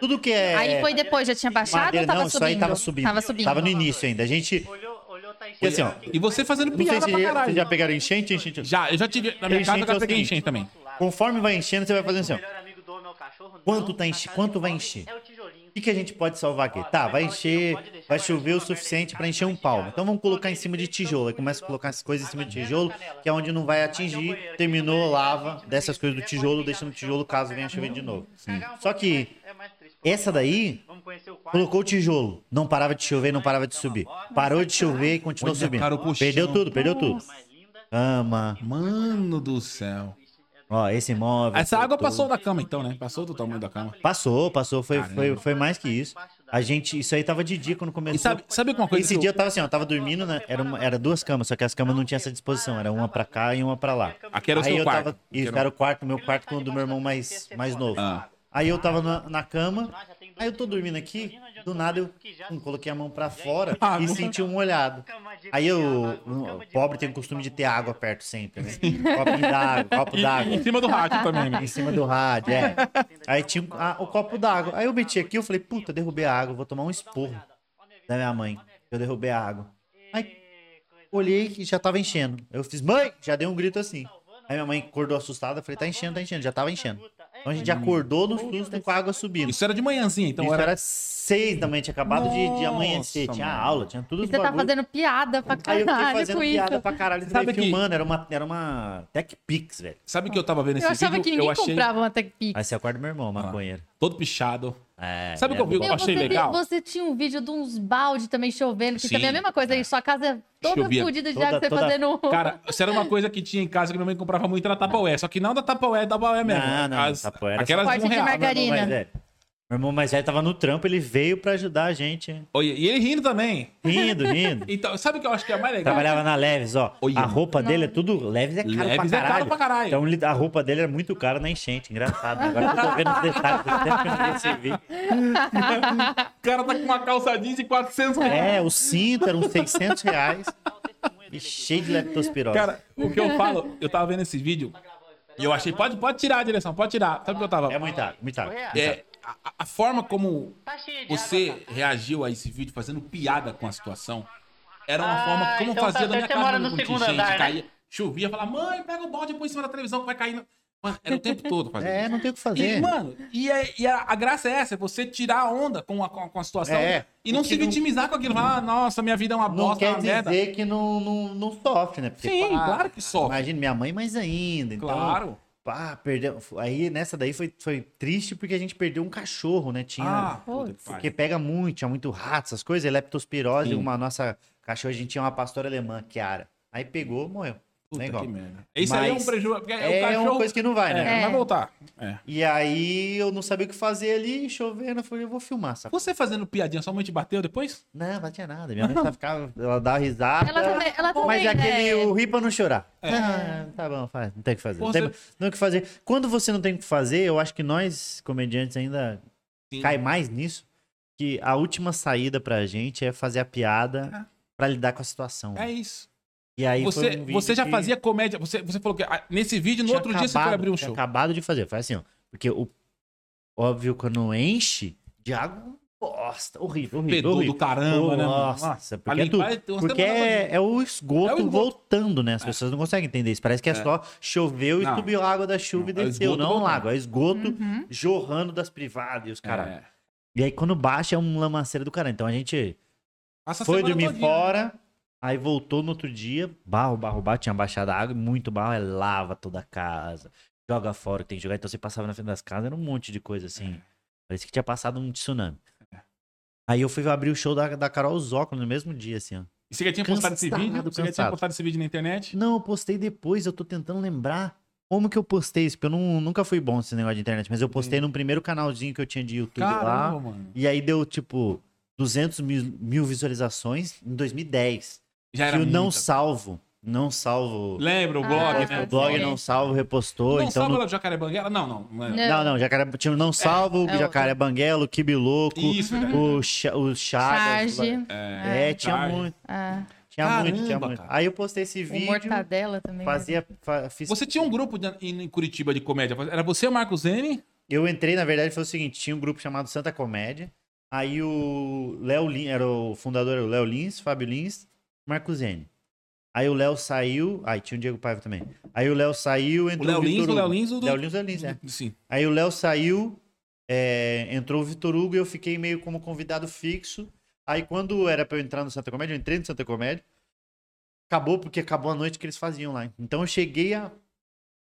Tudo que é. Aí foi depois, já tinha baixado madeira, ou tava não, isso subindo? aí tava subindo. Tava subindo. Tava no início ainda. A gente. Olhou, olhou, tá E assim, ó. E você fazendo Não sei piada se pra caralho. vocês já pegaram enchente, enchente. Já, eu já tive. Na minha Enchente casa eu já é o peguei seguinte. enchente também. Conforme vai enchendo, você vai fazendo assim, ó. melhor amigo do homem é o cachorro? Não, Quanto tá enche- na casa quanto de vai pobre encher? É o tijolinho. O que, que a gente pode salvar aqui? Tá, vai encher, vai chover o suficiente pra encher um palmo. Então vamos colocar em cima de tijolo. Aí começa a colocar as coisas em cima de tijolo, que é onde não vai atingir. Terminou, lava, dessas coisas do tijolo, deixa no tijolo caso venha chover de novo. Só que É mais triste. essa daí Vamos conhecer o quarto. colocou o tijolo, não parava de chover, não parava de subir. Parou de chover e continuou Olha, subindo. cara, o colchão. Perdeu tudo, perdeu tudo. Ama. Mano do céu. Ó, esse móvel. Essa água passou da cama, então, né? Passou do tamanho da cama. Passou, passou, foi, foi, Caramba. foi mais que isso. A gente, isso aí tava de dia quando começou. E sabe, sabe uma coisa? Esse que dia eu- eu tava assim, ó, eu tava dormindo, né? Era, uma- era duas camas, só que as camas não tinham essa disposição, era uma pra cá e uma pra lá. Aqui era o aí seu eu quarto. tava. Aqui Isso, era o- era o quarto, meu quarto com o do meu irmão mais, mais novo. Ah. Aí eu tava na, na cama, aí eu tô dormindo aqui, do nada eu hum, coloquei a mão pra fora Ah, e não. senti um olhado. Aí eu. O pobre tem o costume de ter água perto sempre, né? Copo d'água, copo E, d'água. em cima do rádio também, né? Em cima do rádio, é. Aí tinha um- ah, o copo d'água. Aí eu meti aqui, eu falei, puta, derrubei a água, vou tomar um esporro da minha mãe. Eu derrubei a água. Ai, Olhei e já tava enchendo. Eu fiz, mãe, já dei um grito assim. Aí minha mãe acordou assustada, falei, tá enchendo, tá enchendo, já tava enchendo. Então a gente acordou no susto com a água subindo. Isso era de manhãzinha, então Isso era. era seis da manhã, tinha acabado de, de amanhecer, Nossa, tinha mano. aula, tinha tudo E você tá fazendo piada pra Aí eu fiquei caralho fazendo com isso. piada pra caralho, Sabe também que- filmando, era uma, era uma Tech Pix, velho. Sabe o que eu tava vendo esse Eu achava vídeo? que ninguém eu achei comprava uma Tech Pix. Aí você acorda meu irmão, maconheiro. todo pichado. É, Sabe o que eu vi? leva Eu achei você, tem- legal. você tinha um vídeo de uns balde também chovendo, que Sim. também é a mesma coisa. Aí sua casa é toda Chovia. fodida de Toda- água, você toda- fazendo... um- Cara, isso era uma coisa que tinha em casa que minha mãe comprava muito na Tapaué. Só que não da Tapaué, da Tapaué mesmo. Não, não, As- Tupperware era aquelas só de um parte de real. Meu irmão mais Margarina. velho. Meu irmão mais velho tava no trampo, ele veio pra ajudar a gente. Olha, E ele rindo também. Rindo, rindo. Então, sabe o que eu acho que é mais legal? Trabalhava na Leves, ó. Olha. A roupa dele é tudo. Leves é caro, pra, Levis é caro caralho. pra caralho. Então ele- a roupa dele era muito cara na enchente. Engraçado. Agora que eu tô vendo os detalhes. faz tempo que eu não vi esse vídeo. O cara tá com uma calça jeans de 400 reais. É, o cinto era uns 600 reais. E cheio de leptospirose. Cara, o que eu falo, eu tava vendo esse vídeo e eu achei, pode, pode tirar a direção, pode tirar. Sabe o que eu tava? é muita água, muita água. É, a, a forma como Tá cheio de água, você tá? reagiu a esse vídeo fazendo piada com a situação era uma Ah, forma como então fazia tá da minha certo, você mora casa no quando segundo tinha andar, gente né? caía, chovia, falava, mãe, pega o balde e põe em cima da televisão que vai caindo. Mano, Era o tempo todo fazendo É, isso. não tem o que E, fazer. mano, e, é- e a, a graça é essa, é você tirar a onda com a, com a, com a situação É, e não porque se não- vitimizar com aquilo. Falar, ah, nossa, minha vida é uma não bosta, é quer uma dizer merda. que não, não, não sofre, né? Porque, Sim, pá, claro que sofre. Imagina, minha mãe mais ainda. Então, Claro. Pá, perdeu. Aí nessa daí foi, foi triste porque a gente perdeu um cachorro, né? Tinha. Ah, puta que Putz. porque pariu. pega muito, tinha muito rato, essas coisas, e leptospirose. Sim. Uma nossa cachorra, a gente tinha uma pastora alemã, Kiara. Aí pegou, morreu. Puta Legal. que merda. Isso aí é um um Mas prejuízo. Porque É, o cachorro... uma coisa que não vai, né? É, É. vai voltar. É. E aí eu não sabia o que fazer ali, chovendo, eu falei, eu vou filmar, sabe? Você fazendo piadinha, sua mãe te bateu depois? Não, não tinha nada. Minha mãe só ficava, ela dá risada. Ela também- Mas ela também, é aquele, né? É. o ri pra não chorar. Ah, tá bom, faz, não tem o que fazer. Não tem, Você- não tem o que fazer. Quando você não tem o que fazer, eu acho que nós, comediantes, ainda Sim. cai mais nisso, que a última saída pra gente é fazer a piada pra lidar com a situação. É isso. E aí foi Você, um vídeo você já que fazia comédia. Você, você falou que ah, nesse vídeo, no tinha outro dia, você foi acabado- abrir um tinha show. acabado de fazer. Foi assim, ó. Porque o... Óbvio, quando enche, de água, bosta. Horrível, horrível, Pedou do horrível. caramba, né? mano? Nossa, pra porque é limpar, tudo. tem umas Porque semanas é, é o esgoto É o esgoto. voltando, né? As pessoas não conseguem entender isso. Parece que é, É. só choveu e Não. subiu a água da chuva e Não, é desceu. esgoto Não é um voltando. lago, é esgoto Uhum. jorrando das privadas e os Cara, caras. E aí quando baixa é um lamaceiro do cara. Então a gente Essa foi semana dormir todinha. né? fora, aí voltou no outro dia, barro, barro, barro, tinha baixado a água, muito barro, é lava toda a casa, joga fora o que tem que jogar. Então você passava na frente das casas, era um monte de coisa assim. Parecia que tinha passado um tsunami. Aí eu fui abrir o show da, da Carol Zócalo no mesmo dia, assim, ó. E Você já tinha postado esse Cansado, vídeo? Você já tinha cansado. postado esse vídeo na internet? Não, eu postei depois, eu tô tentando lembrar como que eu postei isso, porque eu não- nunca fui bom nesse negócio de internet, mas eu postei num primeiro canalzinho que eu tinha de YouTube Caramba, lá, mano. e aí deu, tipo, 200 mil, mil visualizações em 2010. Já que o Não muita. Salvo, Não Salvo, Lembra o Ah, blog, é, né? o blog sim. Não Salvo repostou, Não então... sabe não- lá do Jacaré Banguela? Não, não. não é. era. Não. Não, não, Jacaré, tinha o Não Salvo, é o Jacaré Banguelo, o Kibi Louco, Isso, é cara. o, Cha, o Chagas... Charge, É, tinha Charge. muito, ah, tinha muito, tinha Caramba, muito. cara. Aí eu postei esse o vídeo, Mortadela também. né? fazia... fa- fiz Você tinha um grupo de- em em Curitiba de comédia. Era você, o Marcos N? Eu entrei, na verdade, foi o seguinte: tinha um grupo chamado Santa Comédia. Aí o Léo Lins, era o fundador, era o Léo Lins, Fábio Lins, Marcos Zene. Aí o Léo saiu. Aí tinha o Diego Paiva também. Aí o Léo saiu, O entrou Léo Lins, Vitor o Léo Hugo. Lins, o do... Uhum. Léo Lins, Léo Lins, é. Sim. Aí o Léo saiu, é, entrou o Vitor Hugo e eu fiquei meio como convidado fixo. Aí quando era pra eu entrar no Santa Comédia, eu entrei no Santa Comédia. Acabou porque acabou a noite que eles faziam lá. Então eu cheguei a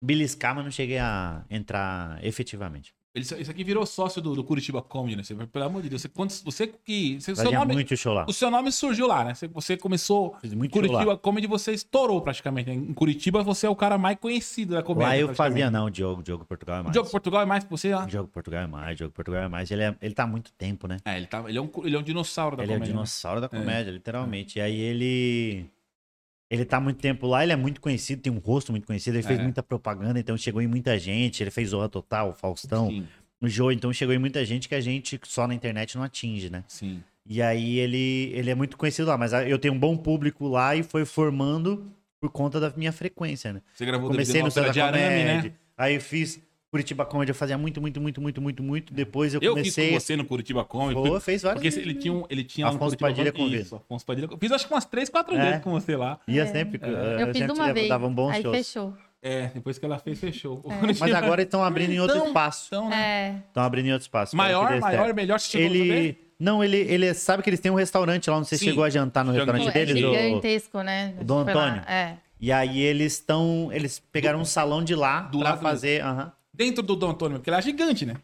beliscar, mas não cheguei a entrar efetivamente. Ele, isso aqui virou sócio do, do Curitiba Comedy, né? Você, pelo amor de Deus, você, quantos, você que. Você, seu Fazia nome, muito show lá. O seu nome surgiu lá, né? Você, você começou. Fiz muito show Curitiba lá. Comedy, você estourou praticamente. né? Em Curitiba, você é o cara mais conhecido da comédia. Lá eu praticamente. fazia, não, o Diogo, Diogo Portugal é mais. Diogo Portugal é mais que você? Ah, Diogo Portugal é mais, Diogo Portugal é mais. Ele, é- ele tá há muito tempo, né? é, ele, tá, ele, é um, cu- ele é um dinossauro da ele comédia. é o né? dinossauro da comédia, literalmente. E aí ele. Ele tá há muito tempo lá, ele é muito conhecido, tem um rosto muito conhecido, ele fez É. muita propaganda, então chegou em muita gente. Ele fez Zorra Total, Faustão, Sim, o Jô, então chegou em muita gente que a gente só na internet não atinge, né? sim. E aí ele, ele é muito conhecido lá, mas eu tenho um bom público lá e foi formando por conta da minha frequência, né? Você gravou Comecei DVD no Ópera Santa de Arame, Comédia. né? Aí eu fiz Curitiba Comedy eu fazia muito, muito, muito, muito, muito, muito. Depois eu Eu fiz comecei. com você no Curitiba Comedy. Pô, fez vários. Porque ele tinha, um- ele tinha lá no Afonso Curitiba Padilha Comedy- convida. Isso, Afonso Padilha. Fiz acho que umas três, quatro É. vezes com você lá. Ia sempre. eh, Eu fiz sempre uma dava- vez. Dava um bom aí show. fechou. É, depois que ela fez, fechou. Mas agora estão abrindo em outro Então- espaço. Então, né? É. Estão abrindo em outro espaço. Maior, Espero que dê maior, certo. melhor. Você chegou a Ele. saber? Não, ele, ele sabe que eles têm um restaurante lá, não sei se Sim. chegou a jantar no Jantei. restaurante Pô, é deles. ô- gigantesco, né? o Dom Foi lá, Antônio. É. E aí eles estão. Eles pegaram um salão de lá Do pra lado do- fazer. aham. Dentro do Dom Antônio, porque ele é gigante, né?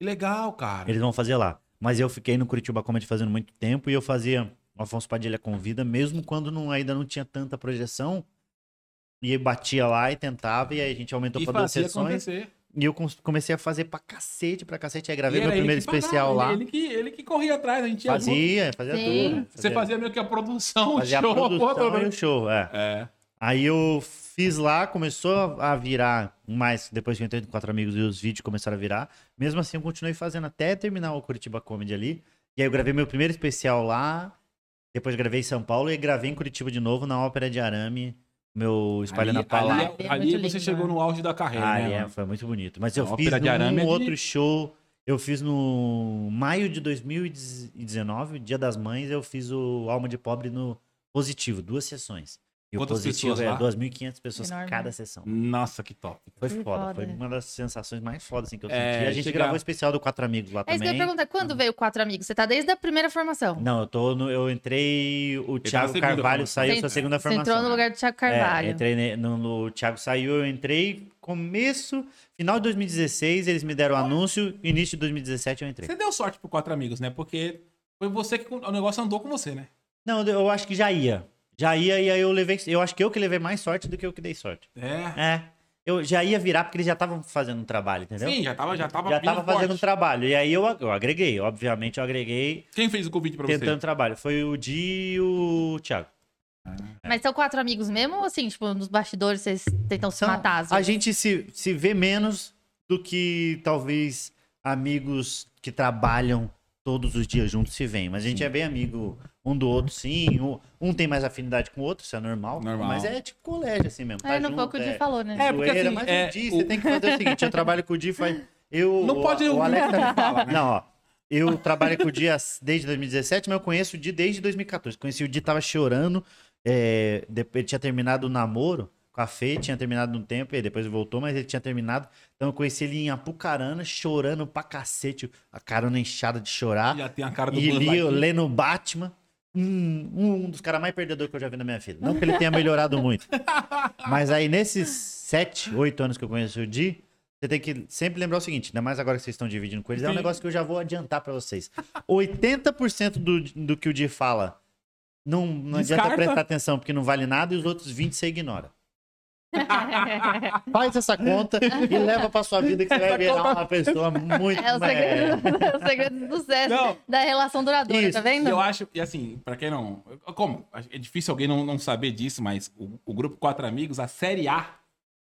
Que legal, cara. Eles vão fazer lá. Mas eu fiquei no Curitiba Comedy fazendo muito tempo e eu fazia o Afonso Padilha Convida, mesmo quando não- ainda não tinha tanta projeção. E eu batia lá e tentava, e aí a gente aumentou E pra duas fazia sessões. acontecer. E eu com- comecei a fazer pra cacete, pra cacete. Aí gravei E meu era ele primeiro que pagava, especial ele- lá. Ele, que, ele que corria atrás, a gente ia junto. Fazia, fazia Sim. tudo. né? Você fazia meio que a produção, fazia o a show, a porra produção e toda. o show, é. É. Aí eu fiz lá, começou a virar mais, depois que eu entrei com quatro amigos e os vídeos começaram a virar. Mesmo assim, eu continuei fazendo até terminar o Curitiba Comedy ali. E aí eu gravei meu primeiro especial lá, depois gravei em São Paulo e gravei em Curitiba de novo na Ópera de Arame, meu Espalhando a ali, Palavra. ali, É ali muito você lindo, chegou né? no auge da carreira, Ah, né? é, mano? foi muito bonito. Mas eu A fiz Ópera de num Arame é de- outro show, eu fiz no maio de 2019, Dia das Mães, eu fiz o Alma de Pobre no Positivo, duas sessões. E o Quantas Positivo pessoas é lá? Hum. 2.500 pessoas Enorme. cada sessão. Nossa, que top. Foi Que foda, foda. foi uma das sensações mais fodas assim, que eu senti. É, a gente chegar- gravou o especial do Quatro Amigos lá É isso que eu também. ia perguntar. Quando veio Quatro Amigos? Você tá desde a primeira formação. Não, eu tô no, eu entrei, o Thiago segunda Carvalho formação. saiu Você sua segunda Você formação. entrou no né? lugar do Thiago É, Carvalho. entrei ne- no, no- o Thiago saiu, eu entrei começo, final de 2016, eles me deram o anúncio, início de 2017 eu entrei. Você deu sorte pro Quatro Amigos, né? Porque foi você que o negócio andou com você, né? Não, eu acho que já ia. Já ia e aí eu levei, eu acho que eu que levei mais sorte do que eu que dei sorte. É. É. Eu já ia virar porque eles já estavam fazendo um trabalho, entendeu? Sim, já tava, já tava já vindo tava fazendo um forte. trabalho. E aí eu, eu agreguei, obviamente eu agreguei Quem fez o convite pra tentando você? trabalho. Foi o Di e o Thiago. Mas são quatro amigos mesmo ou assim, tipo, nos bastidores vocês tentam se Então, matar? às a vezes? gente se, se vê menos do que talvez amigos que trabalham todos os dias juntos se veem. Mas a gente é bem amigo um do outro, sim. Um, um tem mais afinidade com o outro, isso é normal. Normal. Mas é tipo colégio, assim mesmo. É, tá no junto, pouco o Di é, falou, né? É, porque, zoeira, assim, mas é, o Di, o- você tem que fazer o seguinte, eu trabalho com o Di, faz... Eu, Não o- pode o ouvir Alex o que ele fala, né? Não, ó. Eu trabalho com o Di as- desde 2017, mas eu conheço o Di desde 2014. Conheci o Di, tava chorando. é, de- ele tinha terminado o namoro com a Fê, tinha terminado um tempo, e depois voltou, mas ele tinha terminado. Então eu conheci ele em Apucarana, chorando pra cacete, a carona inchada de chorar. Já tem a cara do E Buzz li, Lightyear. lendo Batman. Um, um dos caras mais perdedores que eu já vi na minha vida. Não que ele tenha melhorado muito. Mas aí, nesses sete, oito anos que eu conheço o Di, você tem que sempre lembrar o seguinte: ainda mais agora que vocês estão dividindo com eles, é um Sim. negócio que eu já vou adiantar pra vocês. 80% do, do que o Di fala não, não adianta Descarta. prestar atenção porque não vale nada e os outros 20% você ignora. Faz essa conta e leva pra sua vida que você vai virar uma pessoa muito É o mais- segredo, é o segredo do sucesso Não. da relação duradoura, Isso. tá vendo? Eu acho, e assim, pra quem não. Como? É difícil alguém não, não saber disso, mas o, o grupo Quatro Amigos, a Série A,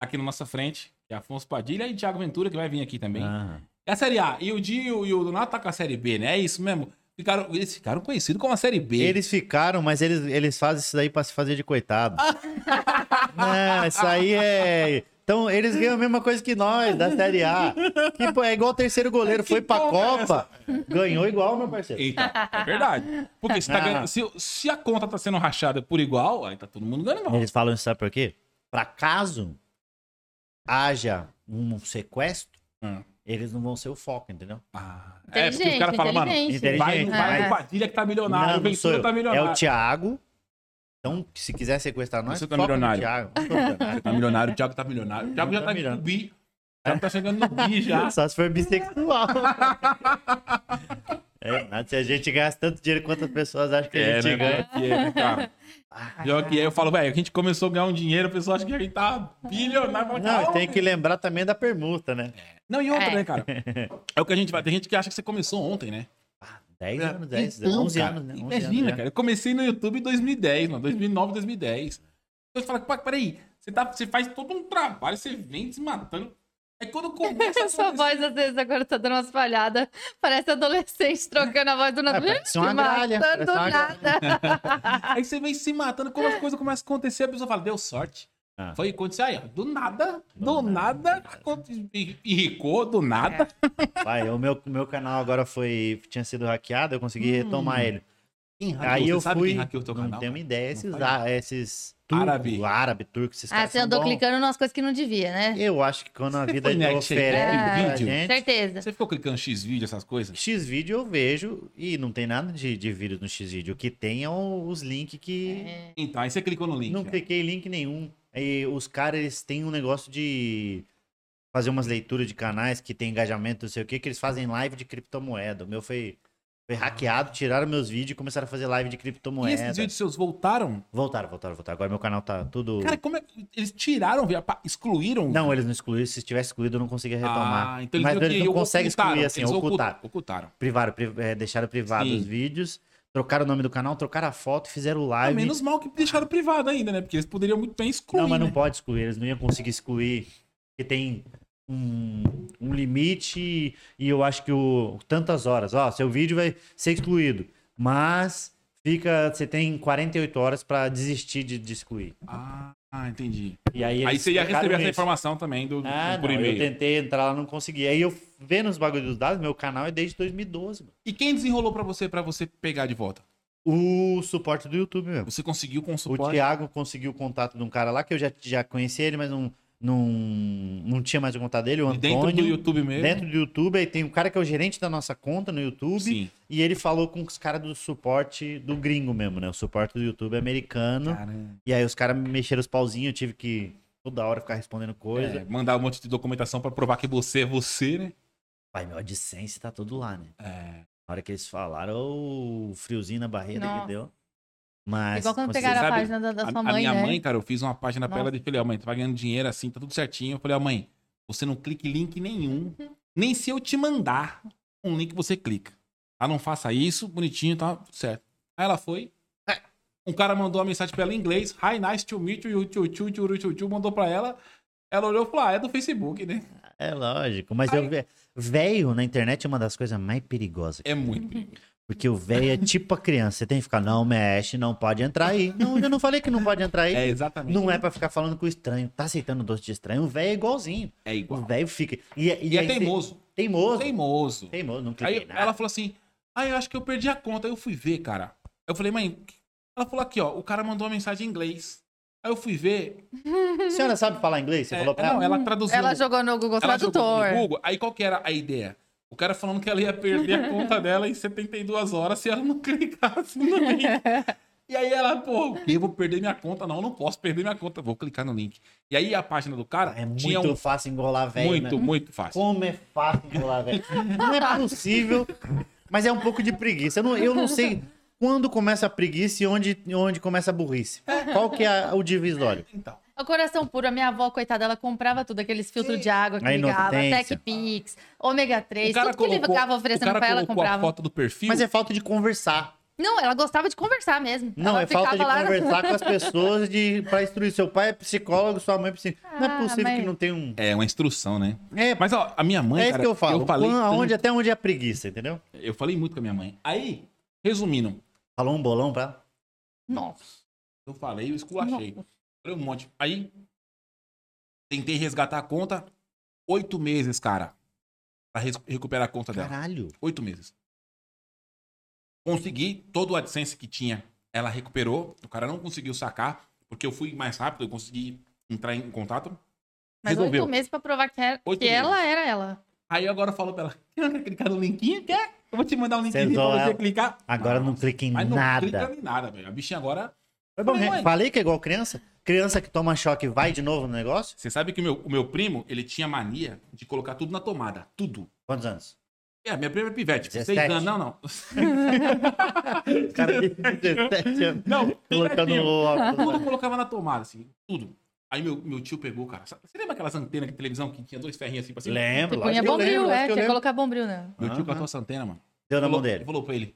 aqui na nossa frente, que é Afonso Padilha e Thiago Ventura, que vai vir aqui também. Ah. É a Série A. E o Di e o, e o Donato tá com a Série B, né? É isso mesmo. Ficaram, eles ficaram conhecidos como a Série B. Eles ficaram, mas eles, eles fazem isso daí pra se fazer de coitado. Não, isso aí é. Então, eles ganham a mesma coisa que nós, da Série A. Que, pô, é igual o terceiro goleiro, foi pra porra é Copa, ganhou igual, meu parceiro. Então, é verdade. Porque se, tá Não. ganhando- se- se a conta tá sendo rachada por igual, aí tá todo mundo ganhando igual. Eles falam isso, sabe por quê? Pra caso haja um sequestro, Hum. eles não vão ser o foco, entendeu? Ah, é, porque Inteligente, o cara fala, mano, inteligente. vai, Inteligente, vai é. no Padilha que tá milionário, o não, não sou Ventura eu. tá É milionário. o Thiago. Então, se quiser sequestrar nós, Você tá foca no milionário. Thiago. Não tô milionário. Você tá milionário, o Thiago tá milionário. O Thiago já Tá tá no milionário. bi. O Thiago tá chegando no bi já. Só se for bissexual. é, nada, se a gente gasta tanto dinheiro quanto as pessoas acham que a gente ganha. Pior que é, né, cara? Ah, Pior que é, eu falo, velho, a gente começou a ganhar um dinheiro, o pessoal acha que a gente tá bilionário. Não, Fala, e "Calma, tem que lembrar também da permuta, né? Não, e outra, É. né, cara? É o que a gente vai. Tem gente que acha que você começou ontem, né? 10 anos, 10, Então, 11 cara, anos, né? 11 Imagina, anos, né? cara. Eu comecei no YouTube em 2010, mano. 2009, 2010. Então você fala, pá, peraí, você, tá, você faz todo um trabalho, você vem desmatando. Aí quando começa a Sua acontecer- voz, às vezes, agora tá dando umas falhadas. Parece adolescente trocando a voz do nada. É, parece uma gralha, Matando parece uma nada. Aí você vem se matando, quando as coisas começam a acontecer, a pessoa fala, deu sorte. Ah. Foi acontecer aí, ó. Do nada, do, nada, aconte- e- e Ricou, do nada. Vai, o meu, meu canal agora foi. tinha sido hackeado, eu consegui retomar ele. Quem Hum. hackeou? Aí Você eu sabe fui. quem hackeou o teu não canal? tenho uma ideia, esses, faz á- esses Árabe. árabe, turco, esses Ah, caras Tá você são andou bons. clicando nas coisas que não devia, né? Eu acho que quando a Você vida foi, né, que oferece chegou em pra vídeo? gente, Certeza. Você ficou clicando X-vídeo, essas coisas? X vídeo eu vejo e não tem nada de, de vírus no X vídeo. O que tem é o- os links que Então, aí você clicou no link. é. não ó. cliquei em link nenhum. E os caras eles têm um negócio de fazer umas leituras de canais que tem engajamento, não sei o que, que eles fazem live de criptomoeda. O meu foi, foi hackeado, tiraram meus vídeos e começaram a fazer live de Ah. E criptomoeda. esses vídeos seus voltaram? Voltaram, voltaram, voltaram. Agora meu canal tá tudo Cara, como é que. Eles tiraram, viu? Pá, excluíram? Não, eles não excluíram. Se tivesse excluído, eu não conseguia retomar. Ah, então eles Mas meio eles que não conseguem ocultaram, excluir, assim, eles ocu- ocultar. Ocultaram. Privaram, pri- eh, deixaram privado Sim. os vídeos, trocaram o nome do canal, trocaram a foto, fizeram Ah, live. menos mal que deixaram privado ainda, né? Porque eles poderiam muito bem excluir. Não, mas não né? pode excluir. Eles não iam conseguir excluir. Porque tem um, um limite e, e eu acho que o tantas horas. Ó, seu vídeo vai ser excluído. Mas fica, você tem 48 horas pra desistir de, de excluir. Ah, entendi. E aí, Aí eles você ia trocaram receber essa isso. informação também do, do- Ah, por não, eu e-mail. tentei entrar lá, não consegui. Aí eu vendo os bagulhos dos dados, meu canal é desde 2012, mano. E quem desenrolou pra você pra você pegar de volta? O suporte do YouTube mesmo. Você conseguiu com o O suporte? Thiago conseguiu o contato de um cara lá que eu já, já conheci ele, mas não, não, não tinha mais o contato dele, o E Antônio. dentro do YouTube mesmo? Dentro do YouTube, aí tem um cara que é o gerente da nossa conta no YouTube. Sim. E ele falou com os caras do suporte do gringo mesmo, né? O suporte do YouTube americano. Caramba. E aí os caras me mexeram os pauzinhos, eu tive que toda hora ficar respondendo coisa. É, mandar um monte de documentação pra provar que você é você, né? Pai, meu AdSense tá todo lá, né? É. Na hora que eles falaram, o friozinho na barriga Nossa. que deu. Mas. Igual quando consegui- pegaram a sabe, página da, da A, sua a mãe, minha né? mãe, cara, eu fiz uma página pra Nossa. ela e falei, ó, mãe, tu vai ganhando dinheiro assim, tá tudo certinho. Eu falei, ó, mãe, você não clique em link nenhum. Uhum. Nem se eu te mandar um link, você clica. Ah, não faça isso, bonitinho, tá tudo certo. Aí ela foi. é, Um cara mandou uma mensagem pra ela em inglês. Hi, nice to meet you, tio, tio, tio, tio, tio, mandou pra ela. Ela olhou e falou, ah, é do Facebook, né? É lógico, mas Aí- eu ve- velho na internet é uma das coisas mais perigosas. É muito Uhum. perigoso. Porque o velho é tipo a criança. Você tem que ficar, não mexe, não pode entrar aí. Não, eu não falei que não pode entrar aí. É exatamente. não é pra ficar falando com o estranho. Tá aceitando doce de estranho? O velho é igualzinho. É O igual. velho fica. E, e E é aí você- teimoso. Teimoso. Teimoso. Teimoso, não cliquei Aí nada. ela falou assim: Ah, eu acho que eu perdi a conta. Aí eu fui ver, cara. Eu falei, mãe. Ela falou aqui, ó. O cara mandou uma mensagem em inglês. Aí eu fui ver. A senhora sabe falar inglês? Você é, falou pra não, ela? ela traduziu. Ela jogou no Google ela jogou Tradutor. no Google. Aí qual que era a ideia? O cara falando que ela ia perder a conta dela em 72 horas se ela não clicasse no link. E aí ela, pô, o quê? eu vou perder minha conta. Não, eu não posso perder minha conta. Vou clicar no link. E aí a página do cara É muito tinha um. fácil engolar velho. né? muito, muito fácil. Como é fácil enrolar, velho. Não é possível, mas é um pouco de preguiça. Eu não, eu não sei quando começa a preguiça e onde, e onde começa a burrice. Qual que é a- o divisório? Então. É O coração puro, a minha avó, coitada, ela comprava tudo, aqueles filtros de água que Aí não ligava, tem, Tech sim. Pix, ômega 3, o cara tudo que ele colocou, ficava o oferecendo cara pra ela, colocou a comprava. foto do perfil. Mas é falta de conversar. Não, ela gostava de conversar mesmo. Não, ela é falta de ficava lá- conversar com as pessoas de, pra instruir. Seu pai é psicólogo, sua mãe é psicóloga. não Ah, é possível mãe. que não tenha um... É uma instrução, né? É, Mas ó, a minha mãe, é isso cara, que eu falo. falei, Quando- aonde- tanto- até onde é a preguiça, entendeu? eu falei muito com a minha mãe. Aí, resumindo, Falou um bolão pra ela? Nossa. eu falei, eu esculachei. Falei um monte. Aí, tentei resgatar a conta, oito meses, cara, pra res- recuperar a conta dela. Caralho. Oito meses. Consegui todo o AdSense que tinha. Ela recuperou. O cara não conseguiu sacar, porque eu fui mais rápido, eu consegui entrar em contato. Mas resolveu. oito meses pra provar que, era, Oito que meses. ela era ela. Aí agora eu falo pra ela: "Você não quer um clicar no linkinho? Quer? Eu vou te mandar um linkzinho Cês pra você olha- clicar. Agora não clica em Mas não clica nada. em nada, velho. A bichinha agora. Falei, Mãe, Falei que é igual criança? Criança que toma choque vai de novo no negócio? Você sabe que o meu, o meu primo, ele tinha mania de colocar tudo na tomada. Tudo. Quantos anos? É, minha prima é pivete. com Seis 17. anos. Não, não. cara de 17 anos Não, colocando pivetinho. o óculos. Tudo colocava na tomada, assim. Tudo. Aí meu, meu tio pegou, cara. Sabe- Você lembra aquelas antenas de televisão que tinha dois ferrinhos assim pra cima? Lembro, lógico Você punha que eu bombril, lembro, é, lógico que eu quer lembro. colocar bombril, né? Meu tio Aham. catou essa antena, mano. Deu na Falou- mão dele, Falou pra ele.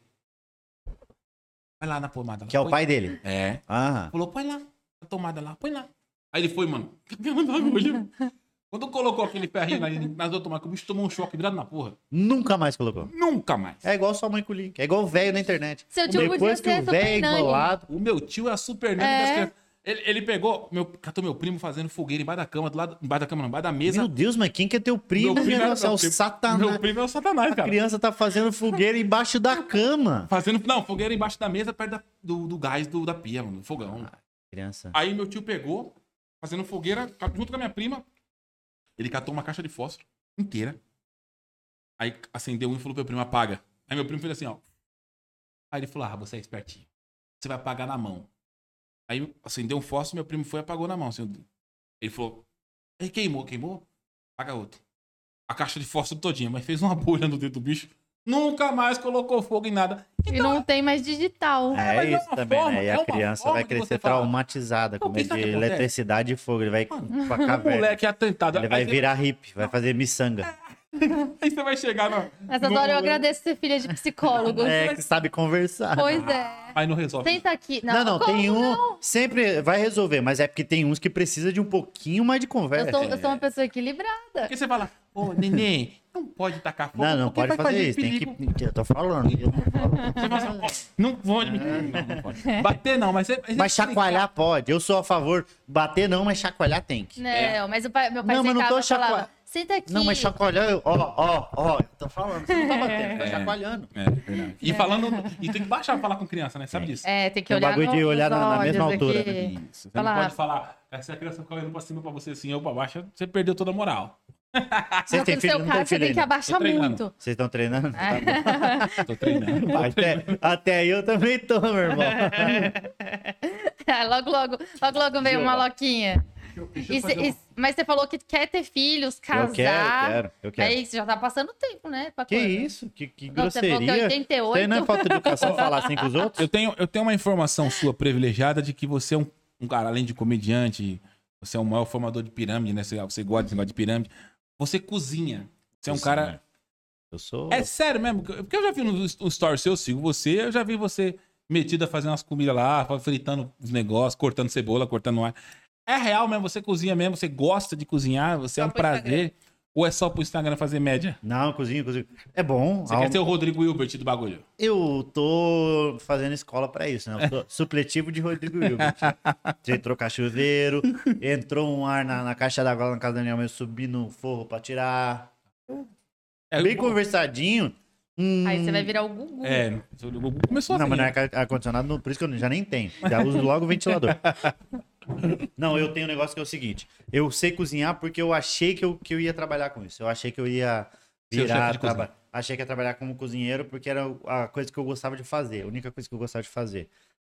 Vai lá na tomada. lá, que é o põe- pai dele. É. Ah, Falou, põe lá, na tomada lá, põe lá. Aí ele foi, mano, cagando no bagulho. Quando colocou aquele ferrinho na- nas duas tomadas, que o bicho tomou um choque virado na porra. nunca mais colocou. Nunca mais. É igual sua mãe com o link, é igual o velho na internet. Seu tio podia Depois que ser o super velho é nani. enrolado, O meu tio é a super nerd É. das crianças. Ele, ele pegou, meu, catou meu primo fazendo fogueira embaixo da cama, do lado, embaixo da cama, não, embaixo da mesa. Meu Deus, mas quem que é teu primo? Meu Meu primo é- Deus, é meu o primo- satanás. Meu primo é o satanás, A cara. criança tá fazendo fogueira embaixo da cama. Fazendo, não, fogueira embaixo da mesa, perto da- do, do gás do, da pia, mano, do fogão. Criança. Aí meu tio pegou, fazendo fogueira, ca- junto com a minha prima. Ele catou uma caixa de fósforo inteira. Aí acendeu um e falou pro meu primo, apaga. Aí meu primo fez assim, ó. Aí ele falou, ah, você é espertinho. Você vai apagar na mão. Aí acendeu um fósforo, meu primo foi e apagou na mão. assim. Ele falou, ele queimou, queimou? Apaga outro. A caixa de fósforo todinha, mas fez uma bolha no dedo do bicho. Nunca mais colocou fogo em nada. E não tem mais digital. É, mas é isso uma também, forma- né? E é a uma criança forma vai de crescer você falar. traumatizada com Não, medo pensa de que acontece. eletricidade e fogo. Ele vai pra O caverna. moleque é atentado. Tá Ele vai Aí você- virar hippie, vai fazer miçanga. Aí você vai chegar na. Nessas no- horas eu agradeço ser filha de psicólogo. É, que sabe conversar. Pois é. Aí não resolve. Senta aqui. Não, não, como tem um. Sempre vai resolver, mas é porque tem uns que precisa de um pouquinho mais de Eu conversa. sou, eu sou uma pessoa equilibrada. Porque você fala, ô, neném, não pode tacar fogo. Não, não pode porque vai fazer fazer isso. Tem perigo." que. É. Eu tô falando. eu tô falando. Você fala assim, ó, não pode, menino. Não, não pode. Bater não, mas você. Mas chacoalhar pode. Eu sou a favor. Bater não, mas chacoalhar tem que. Não, Né, mas o pai, meu pai É. Não, mas não sentava tô e falava, chacoalha- senta aqui. Não, mas chacoalhar, eu- ó, ó, ó, eu tô falando, você não tá batendo, tá É. chacoalhando. É, verdade. E falando. E tem que baixar pra falar com criança, né? Sabe disso? É, tem que Tem um olhar bagulho de nos olhar na- na mesma olhos altura, aqui. Isso. Você Falar- não pode falar. "Ah, Se a criança ficar olhando pra cima pra você assim ou pra baixo, você perdeu toda a moral. Vocês Ah, Não, têm no filho, seu não caso, tem você filho tem que ainda. É. abaixar Tô treinando. muito. Vocês estão treinando? Tá bom. Tô treinando. Até, até aí eu também tô, meu irmão. Ah, logo, logo, logo, logo veio uma loquinha. E cê- e- mas você falou que quer ter filhos, casar. Eu quero, eu quero, eu quero. Aí você já tá passando tempo, né? pra Que coisa. isso? Que, que Não, você falou que grosseria. 88. Tem, não é falta de educação falar assim com os outros? Eu tenho, eu tenho uma informação sua privilegiada de que você é um, um cara, além de comediante, você é o maior formador de pirâmide, né? Você, você gosta desse negócio de pirâmide. Você cozinha. Você é um Cozinha. cara. Eu sou. É sério mesmo? Porque eu já vi no no story seu, eu sigo você, eu já vi você metido a fazer umas comidas lá, fritando os negócios, cortando cebola, cortando ar. É real mesmo? Você cozinha mesmo? Você gosta de cozinhar? Você é Só um pro Instagram. prazer? Ou é só pro Instagram fazer média? Não, cozinho, cozinho. É bom. Você alma- quer ser o Rodrigo Hilbert do bagulho? Eu tô fazendo escola pra isso, né? Eu sou supletivo de Rodrigo Hilbert. Você entrou cachoeiro, entrou um ar na, na caixa d'água lá na casa da minha mãe, eu subi no forro pra tirar. É, Bem conversadinho. Hum, Aí você vai virar o Gugu. É, o Gugu começou Não, assim. mas não é né? ca- ar-condicionado, não, por isso que eu já nem tenho. Já uso logo o ventilador. Não, eu tenho um negócio que é o seguinte: eu sei cozinhar porque eu achei que eu, que eu ia trabalhar com isso. Eu achei que eu ia Ser o chefe virar. de traba- cozinha. Achei que ia trabalhar como cozinheiro porque era a coisa que eu gostava de fazer, a única coisa que eu gostava de fazer.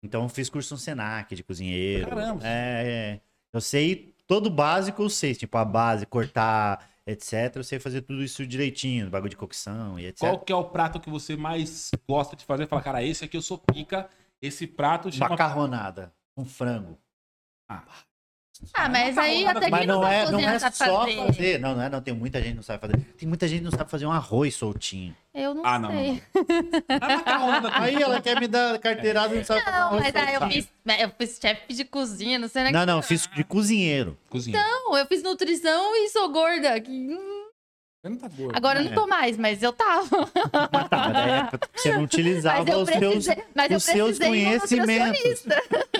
Então eu fiz curso no Senac de cozinheiro. Caramba. É, é. Eu sei todo o básico, eu sei, tipo a base, cortar, etc. Eu sei fazer tudo isso direitinho, bagulho de cocção e etc. Qual que é o prato que você mais gosta de fazer? Fala, cara, esse aqui eu sou pica, esse prato chama... Macarronada com frango. Ah, Ah, mas aí Macarronada, até tá Mas quem não, tá não sabe é, não cozinhar é sabe só fazer. fazer. Não, não é, não. Tem muita gente que não sabe fazer. Tem muita gente que não sabe fazer um arroz soltinho. Eu não Ah, não, sei. é macarronada com- Aí ela quer me dar carteirada e não sabe fazer um Não, arroz mas aí eu soltinho. fiz, né, eu fiz chefe de cozinha, não sei, né? Não, não, eu fiz de cozinheiro. Cozinha. Não, eu fiz nutrição e sou gorda. que, hum, Você não tá gordo. Agora eu não tô mais, mas eu tava. É. Mas tá, mas daí é porque você não utilizava Mas eu os seus. precisei, mas eu os seus precisei um ir no conhecimentos.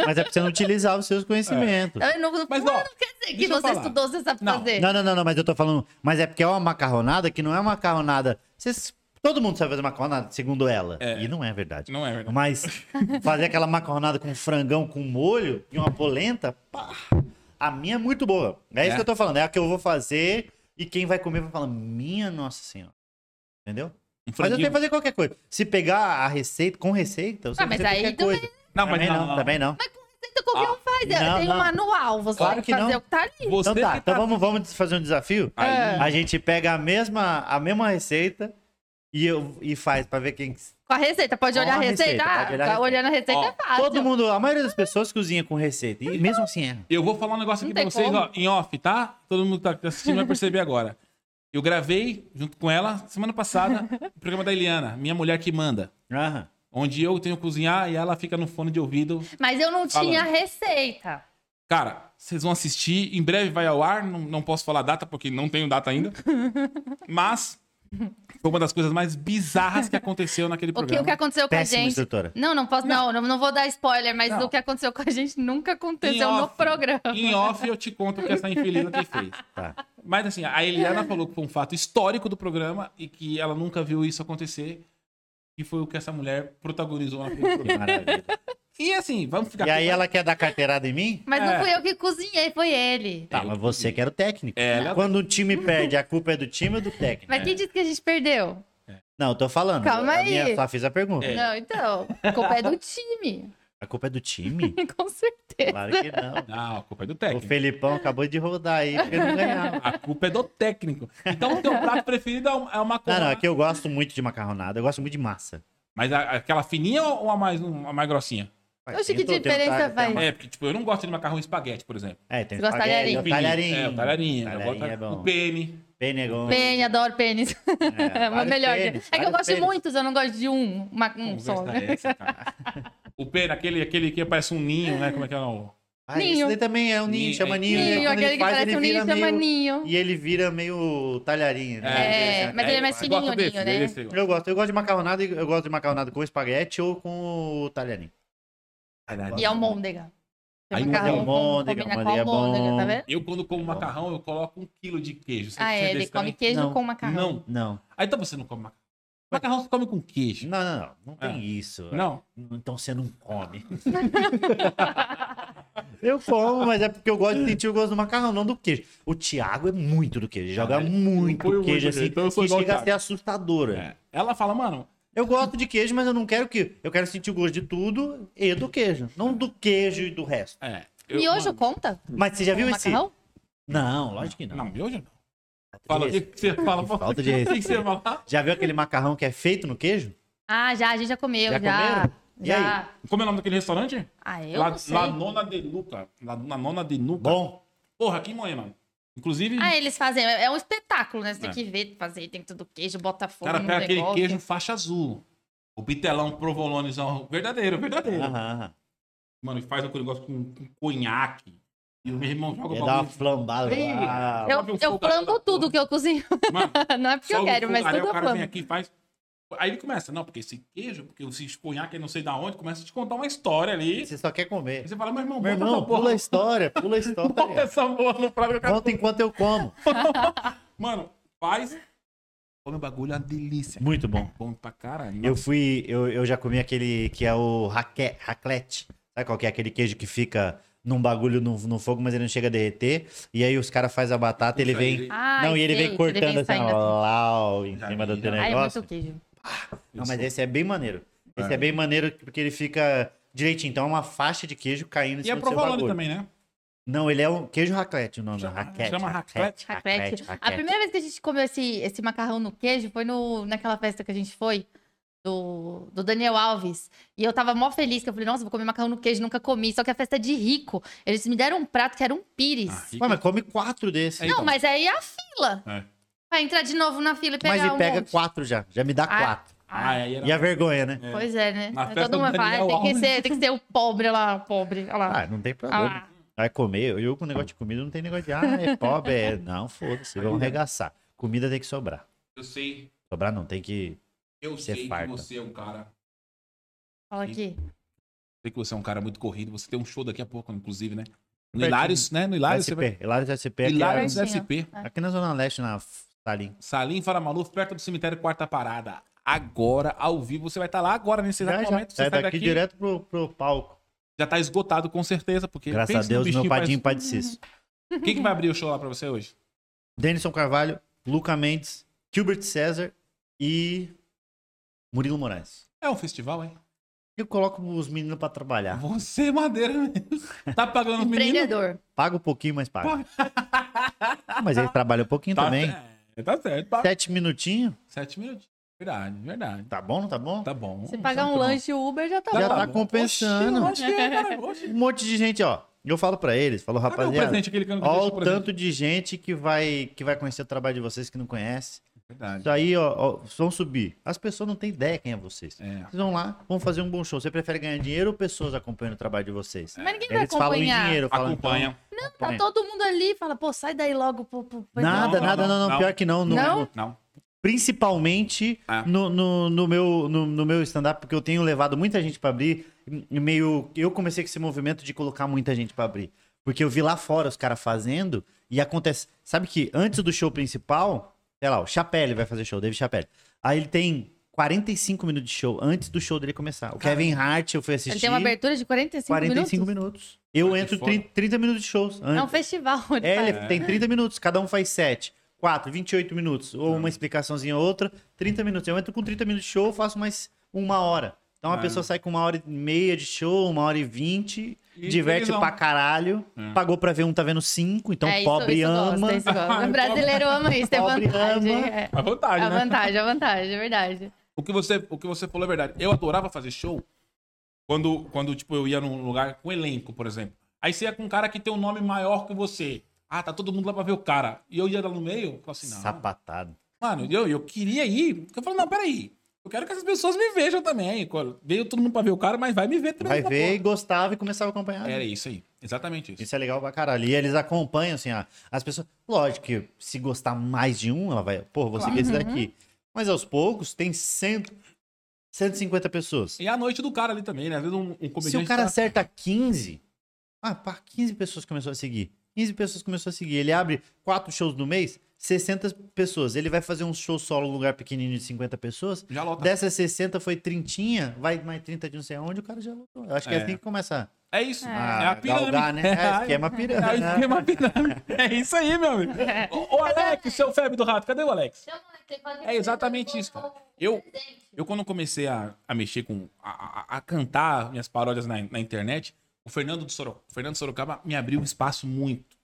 Mas é porque você não utilizava os seus conhecimentos. Eu não, não, Mas, não, ó, quer dizer que deixa eu você falar. estudou, você sabe Não, fazer. Não, não, não, não, mas eu tô falando. Mas é porque é uma macarronada que não é uma macarronada. Vocês- todo mundo sabe fazer macarronada, segundo ela. É. E não é verdade. Não é verdade. Mas fazer aquela macarronada com frangão com molho e uma polenta, pá, a minha é muito boa. É, É. isso que eu tô falando, é a que eu vou fazer e quem vai comer vai falar, minha nossa senhora. Entendeu? Um Mas eu franguinho. tenho que fazer qualquer coisa. Se pegar a receita com receita, eu sei Ah, mas fazer aí qualquer também- coisa. Não, mas Também não, não, tá não. também não. Então qualquer Ah, um faz, é, não, tem um não. manual, você Claro tem que que fazer não. o que tá ali. Você Então tá, que então vamos, vamos fazer um desafio? Aí, A gente pega a mesma, a mesma receita e, eu, e faz pra ver quem Com a receita, pode Com olhar a a receita? receita, Ah, pode olhar a tá receita. olhando a receita Ó, é fácil. Todo mundo, a maioria das pessoas cozinha com receita. E mesmo assim erra. Eu vou falar um negócio aqui Não pra tem vocês, como. ó, em off, tá? Todo mundo que tá assistindo vai perceber agora. Eu gravei junto com ela semana passada o programa da Eliana, minha mulher que manda. Aham. Onde eu tenho que cozinhar e ela fica no fone de ouvido. Mas eu não Falando. tinha receita. Cara, vocês vão assistir. Em breve vai ao ar. Não, não posso falar data, porque não tenho data ainda. Mas Foi uma das coisas mais bizarras que aconteceu naquele O que, o que programa. aconteceu com a Péssima gente. instrutora. Não, não posso, não, não, não vou dar spoiler, mas Não. o que aconteceu com a gente nunca aconteceu Em no off. programa. Em off eu te conto o que essa infeliz aqui fez. Tá. Mas assim, a Eliana falou que foi um fato histórico do programa e que ela nunca viu isso acontecer. E foi o que essa mulher protagonizou naquele programa. Maravilha. E assim, vamos ficar... E aí ela quer dar carteirada em mim? Mas não É. fui eu que cozinhei, foi ele. Tá, mas você que era o técnico. É, ela- Quando o time perde, a culpa é do time ou do técnico? Mas quem disse que a gente perdeu? Não, eu tô falando. Calma A aí. minha- só fiz a pergunta. É. Não, então, a culpa é do time, A culpa é do time? com certeza. Claro que não. Ah, a culpa é do O técnico. Felipão acabou de rodar aí, porque não ganhava. A culpa é do técnico. Então o teu prato preferido é o- é o Não, não, é macarrão. que eu gosto muito de macarronada, eu gosto muito de massa. Mas a- aquela fininha ou a mais, uma mais grossinha? Vai, Oxe, que tem to- tem o diferença talher- tem a faz? ma- É, porque tipo, eu não gosto de macarrão e espaguete, por exemplo. É, tem Você gosta de espaguete, o Fininho. talharinho. É, o talharinho. Eu Talharinho gosto- é bom. O pene. Pene é bom. Pênis, adoro pênis. É, o vários melhor. pênis, é que eu vários gosto de pênis. muitos, eu não gosto de um, uma- Hum, um só. Conversa tá essa, cara. O pene, aquele, aquele que parece um ninho, né? Como é que é? o- Ah, esse Ninho. daí também é um ninho, Ninho, chama é. ninho. né? Ninho, Quando aquele ele que faz, parece ele um ninho, vira chama meio- ninho. E ele vira meio talharinho, né? É, mas ele é mais Você fininho, gosta ninho, né? desse, desse? Eu gosto, eu gosto de macarronada, e eu gosto de macarronada com espaguete ou com o talharinho. E almôndega. Aí, Macarrão com- almôndega, combina com almôndega é bom. tá vendo? Eu, quando como macarrão, eu coloco um quilo de queijo. Você Ah, você é, desse ele come também? queijo Não, com macarrão. Não. Não, Aí então você não come macarrão. Macarrão você come com queijo. não, não, não, não tem isso. Ah. Não. Então você não come. eu como, mas é porque eu gosto de sentir o gosto do macarrão, não do queijo. O Thiago é muito do queijo, joga Caralho, muito Ah, eu ponho queijo, muito assim, queijo, então eu sou que igual o chega a Thiago. ser assustadora. É. Ela fala, mano, Eu gosto de queijo, mas eu não quero que... Eu quero sentir o gosto de tudo e do queijo, não do queijo e do resto. é. eu- Miojo mano, conta? Mas você já viu Com esse? macarrão? Não, lógico que não. Não, miojo não. Falta de Fala, o que respeito. que você fala? Que falta de O que que respeito. você fala? Já viu aquele macarrão que é feito no queijo? Ah, já, a gente já comeu, Já já. comeram? E já. Como é o nome daquele restaurante? Ah, eu La, não sei. La Nona de Luca. La, La Nona de Nuca. Bom. Porra, aqui em Moema. Inclusive, Ah, eles fazem, é é um espetáculo, né? Você tem É. que ver, fazer, tem tudo queijo, bota o fogo cara no pega aquele é. um negócio. queijo faixa azul. O bitelão provolonezão. Verdadeiro, verdadeiro. Aham, aham. Mano, e faz aquele negócio com, com conhaque. E o meu irmão joga Ele o dá uma bagulho. flambada. Ei, Ah, Ela viu Eu, eu um fogo da- da planto tudo porra. que eu cozinho. Mano, Não é porque só eu o quero, fogo- mas aí tudo o eu cara vem planto. aqui e faz. Aí ele começa, não, porque esse queijo, porque esse conhaque não sei da onde, começa a te contar uma história ali. Você só quer Aí comer. você fala, meu irmão, Meu bota irmão, essa porra- pula a história, pula a bota história. essa porra no prato que eu quero Conta enquanto eu como. Mano, faz. Come o bagulho, é uma delícia. Muito bom. Bom pra caralho. Eu fui, eu, eu já comi aquele que é o raque, raclette. Sabe qual que é aquele queijo que fica num bagulho no, no fogo, mas ele não chega a derreter? E aí os caras fazem a batata, ele Puxa, vem. ele- Ai, não, e ele sei, vem cortando assim, saindo assim. ó, lá, em Já cima do vi, teu já. Ai, é negócio. muito queijo. Não, mas esse é bem maneiro. Esse é, É. bem maneiro porque ele fica direitinho. Então é uma faixa de queijo caindo em E cima é do seu provolone bagulho. também, né? Não, ele é um queijo raclette o nome. Chama- Raclette, chama raclette? Raclette. A primeira vez que a gente comeu esse, esse macarrão no queijo foi no, naquela festa que a gente foi, do, do Daniel Alves. E eu tava mó feliz, que eu falei, nossa, vou comer macarrão no queijo, nunca comi. Só que a festa é de rico. Eles me deram um prato que era um pires. Ah, Ué, mas come quatro desses. É, Não, então. mas aí é a fila. É. Vai entrar de novo na fila e pegar mas ele um pega monte. quatro já. Já me dá Ah, quatro. Ah, aí era... E a vergonha, né? é. Pois é, né? Na Todo festa do mundo vai, Daniel tem que, Alves. Tá ser, tem que ser o pobre lá, o pobre. Olha lá. Ah, não tem Olha problema. lá. Vai comer. Eu com negócio de comida não tem negócio de, ah, é pobre. É... Não, foda-se. Vão arregaçar. Comida tem que sobrar. Eu sei, Sobrar não, tem que. eu Você sei farta. que você é um cara... Fala aqui. Então, Sei que você é um cara muito corrido. Você tem um show daqui a pouco, inclusive, né? No Pertinho. Hilários, né? No Hilários, você vai... SP. Hilários SP aqui, Hilários Pertinho. SP. é aqui na Zona Leste, na F- Salim. Salim Fara Maluf, perto do cemitério Quarta Parada. Agora, ao vivo, você vai estar lá agora, nesse Já, exato já. momento. Você Sai sai daqui, daqui, direto pro, pro palco. já tá esgotado com certeza, porque... Graças pensa a no Deus, meu bichinho padinho pra- pai de Cício. Quem que vai abrir o show lá pra você hoje? Denison Carvalho, Luca Mendes, Gilbert César e Murilo Moraes. É um festival, hein? Eu coloco os meninos pra trabalhar. Você, madeira mesmo. Tá pagando os meninos? Empreendedor. Paga um pouquinho, mas paga. mas ele trabalha um pouquinho Tá também. certo, Tá certo. Tá. Sete minutinhos, Sete minutos. Verdade, verdade. tá bom, não tá bom? Tá bom. Você pagar um Tá bom. lanche Uber já tá Já bom. tá bom. compensando. Oxi, oxi, é, cara, oxi. Um monte de gente, ó. Eu falo pra eles, falo, Cadê o rapaziada, presente aquele que eu não ó deixei o o presente? tanto de gente que vai, que vai conhecer o trabalho de vocês que não conhece. Verdade. Isso aí, ó, ó, vão subir. As pessoas não têm ideia quem é vocês. É. Vocês vão lá, vão fazer um bom show. Você prefere ganhar dinheiro ou pessoas acompanhando o trabalho de vocês? Mas ninguém vai Eles falam em acompanhar. dinheiro, falam então. Acompanha. Não, Tá todo mundo ali, fala, pô, sai daí logo. Pô, pô, pô. Nada, Não, nada, não, não, não, não. Pior que não. no- Não? no- Não. Principalmente Ah. no, no, no meu, no, no meu stand-up, porque eu tenho levado muita gente pra abrir. e Meio, eu comecei com esse movimento de colocar muita gente pra abrir. Porque eu vi lá fora os caras fazendo e acontece. Sabe que antes do show principal, sei lá, o Chapelle vai fazer show, David Chapelle. Aí ele tem 45 minutos de show antes do show dele começar. O Kevin Hart, eu fui assistir. Ele tem uma abertura de 45, 45 minutos. minutos. Eu Ah, que entro foda. 30, 30 minutos de shows. É um antes. festival. ele É, faz. ele tem 30 minutos, cada um faz 7. 4, 28 minutos, ou Ah. uma explicaçãozinha ou outra, 30 minutos. Eu entro com 30 minutos de show, eu faço mais uma hora. Então a Ah. pessoa sai com uma hora e meia de show, uma hora e vinte, E diverte felizão. pra caralho. É. Pagou pra ver um, tá vendo cinco, então É, isso- pobre isso ama. Gosta, isso gosta. O brasileiro ama isso, é Pobre vantagem. ama. É. A vantagem, A né? vantagem, a vantagem, é verdade. O que você, o que você falou é verdade. Eu adorava fazer show quando, quando tipo, eu ia num lugar com elenco, por exemplo. Aí você ia com um cara que tem um nome maior que você. Ah, tá todo mundo lá pra ver o cara. E eu ia lá no meio, eu falava assim, não. Sapatado. Mano, eu, eu queria ir. porque Eu falei, não, peraí. Eu quero que essas pessoas me vejam também. Quando Veio todo mundo pra ver o cara, mas vai me ver também. Vai é essa ver e gostava e começava a acompanhar. porra. Era isso aí. Exatamente isso. Isso é legal pra caralho. E eles acompanham, assim, ó, as pessoas. Lógico que se gostar mais de um, ela vai. Pô, vou seguir esse Uhum. daqui. Mas aos poucos, tem 100, 150 pessoas. E é a noite do cara ali também, né? Às vezes um, um comediante. Se o cara tá- acerta 15, ah, pá, 15 pessoas começou a seguir. 15 pessoas começou a seguir. Ele abre quatro shows no mês, 60 pessoas. Ele vai fazer um show solo num lugar pequenininho de 50 pessoas. Já lota. Dessas 60 foi trintinha, vai mais 30 de não sei aonde, o cara já lotou. Eu acho que é, É. assim que começa É isso. a, É a pirâmide. galgar, né? É, esquema pirâmide. É o esquema pirâmide. É isso aí, meu amigo. Ô, ô, Alex, seu febre do rato, cadê o Alex? É exatamente isso, cara. Eu, eu quando comecei a, a mexer com. A, a- a cantar minhas paródias na, na internet, o Fernando, do Soro, o Fernando Sorocaba me abriu um espaço muito.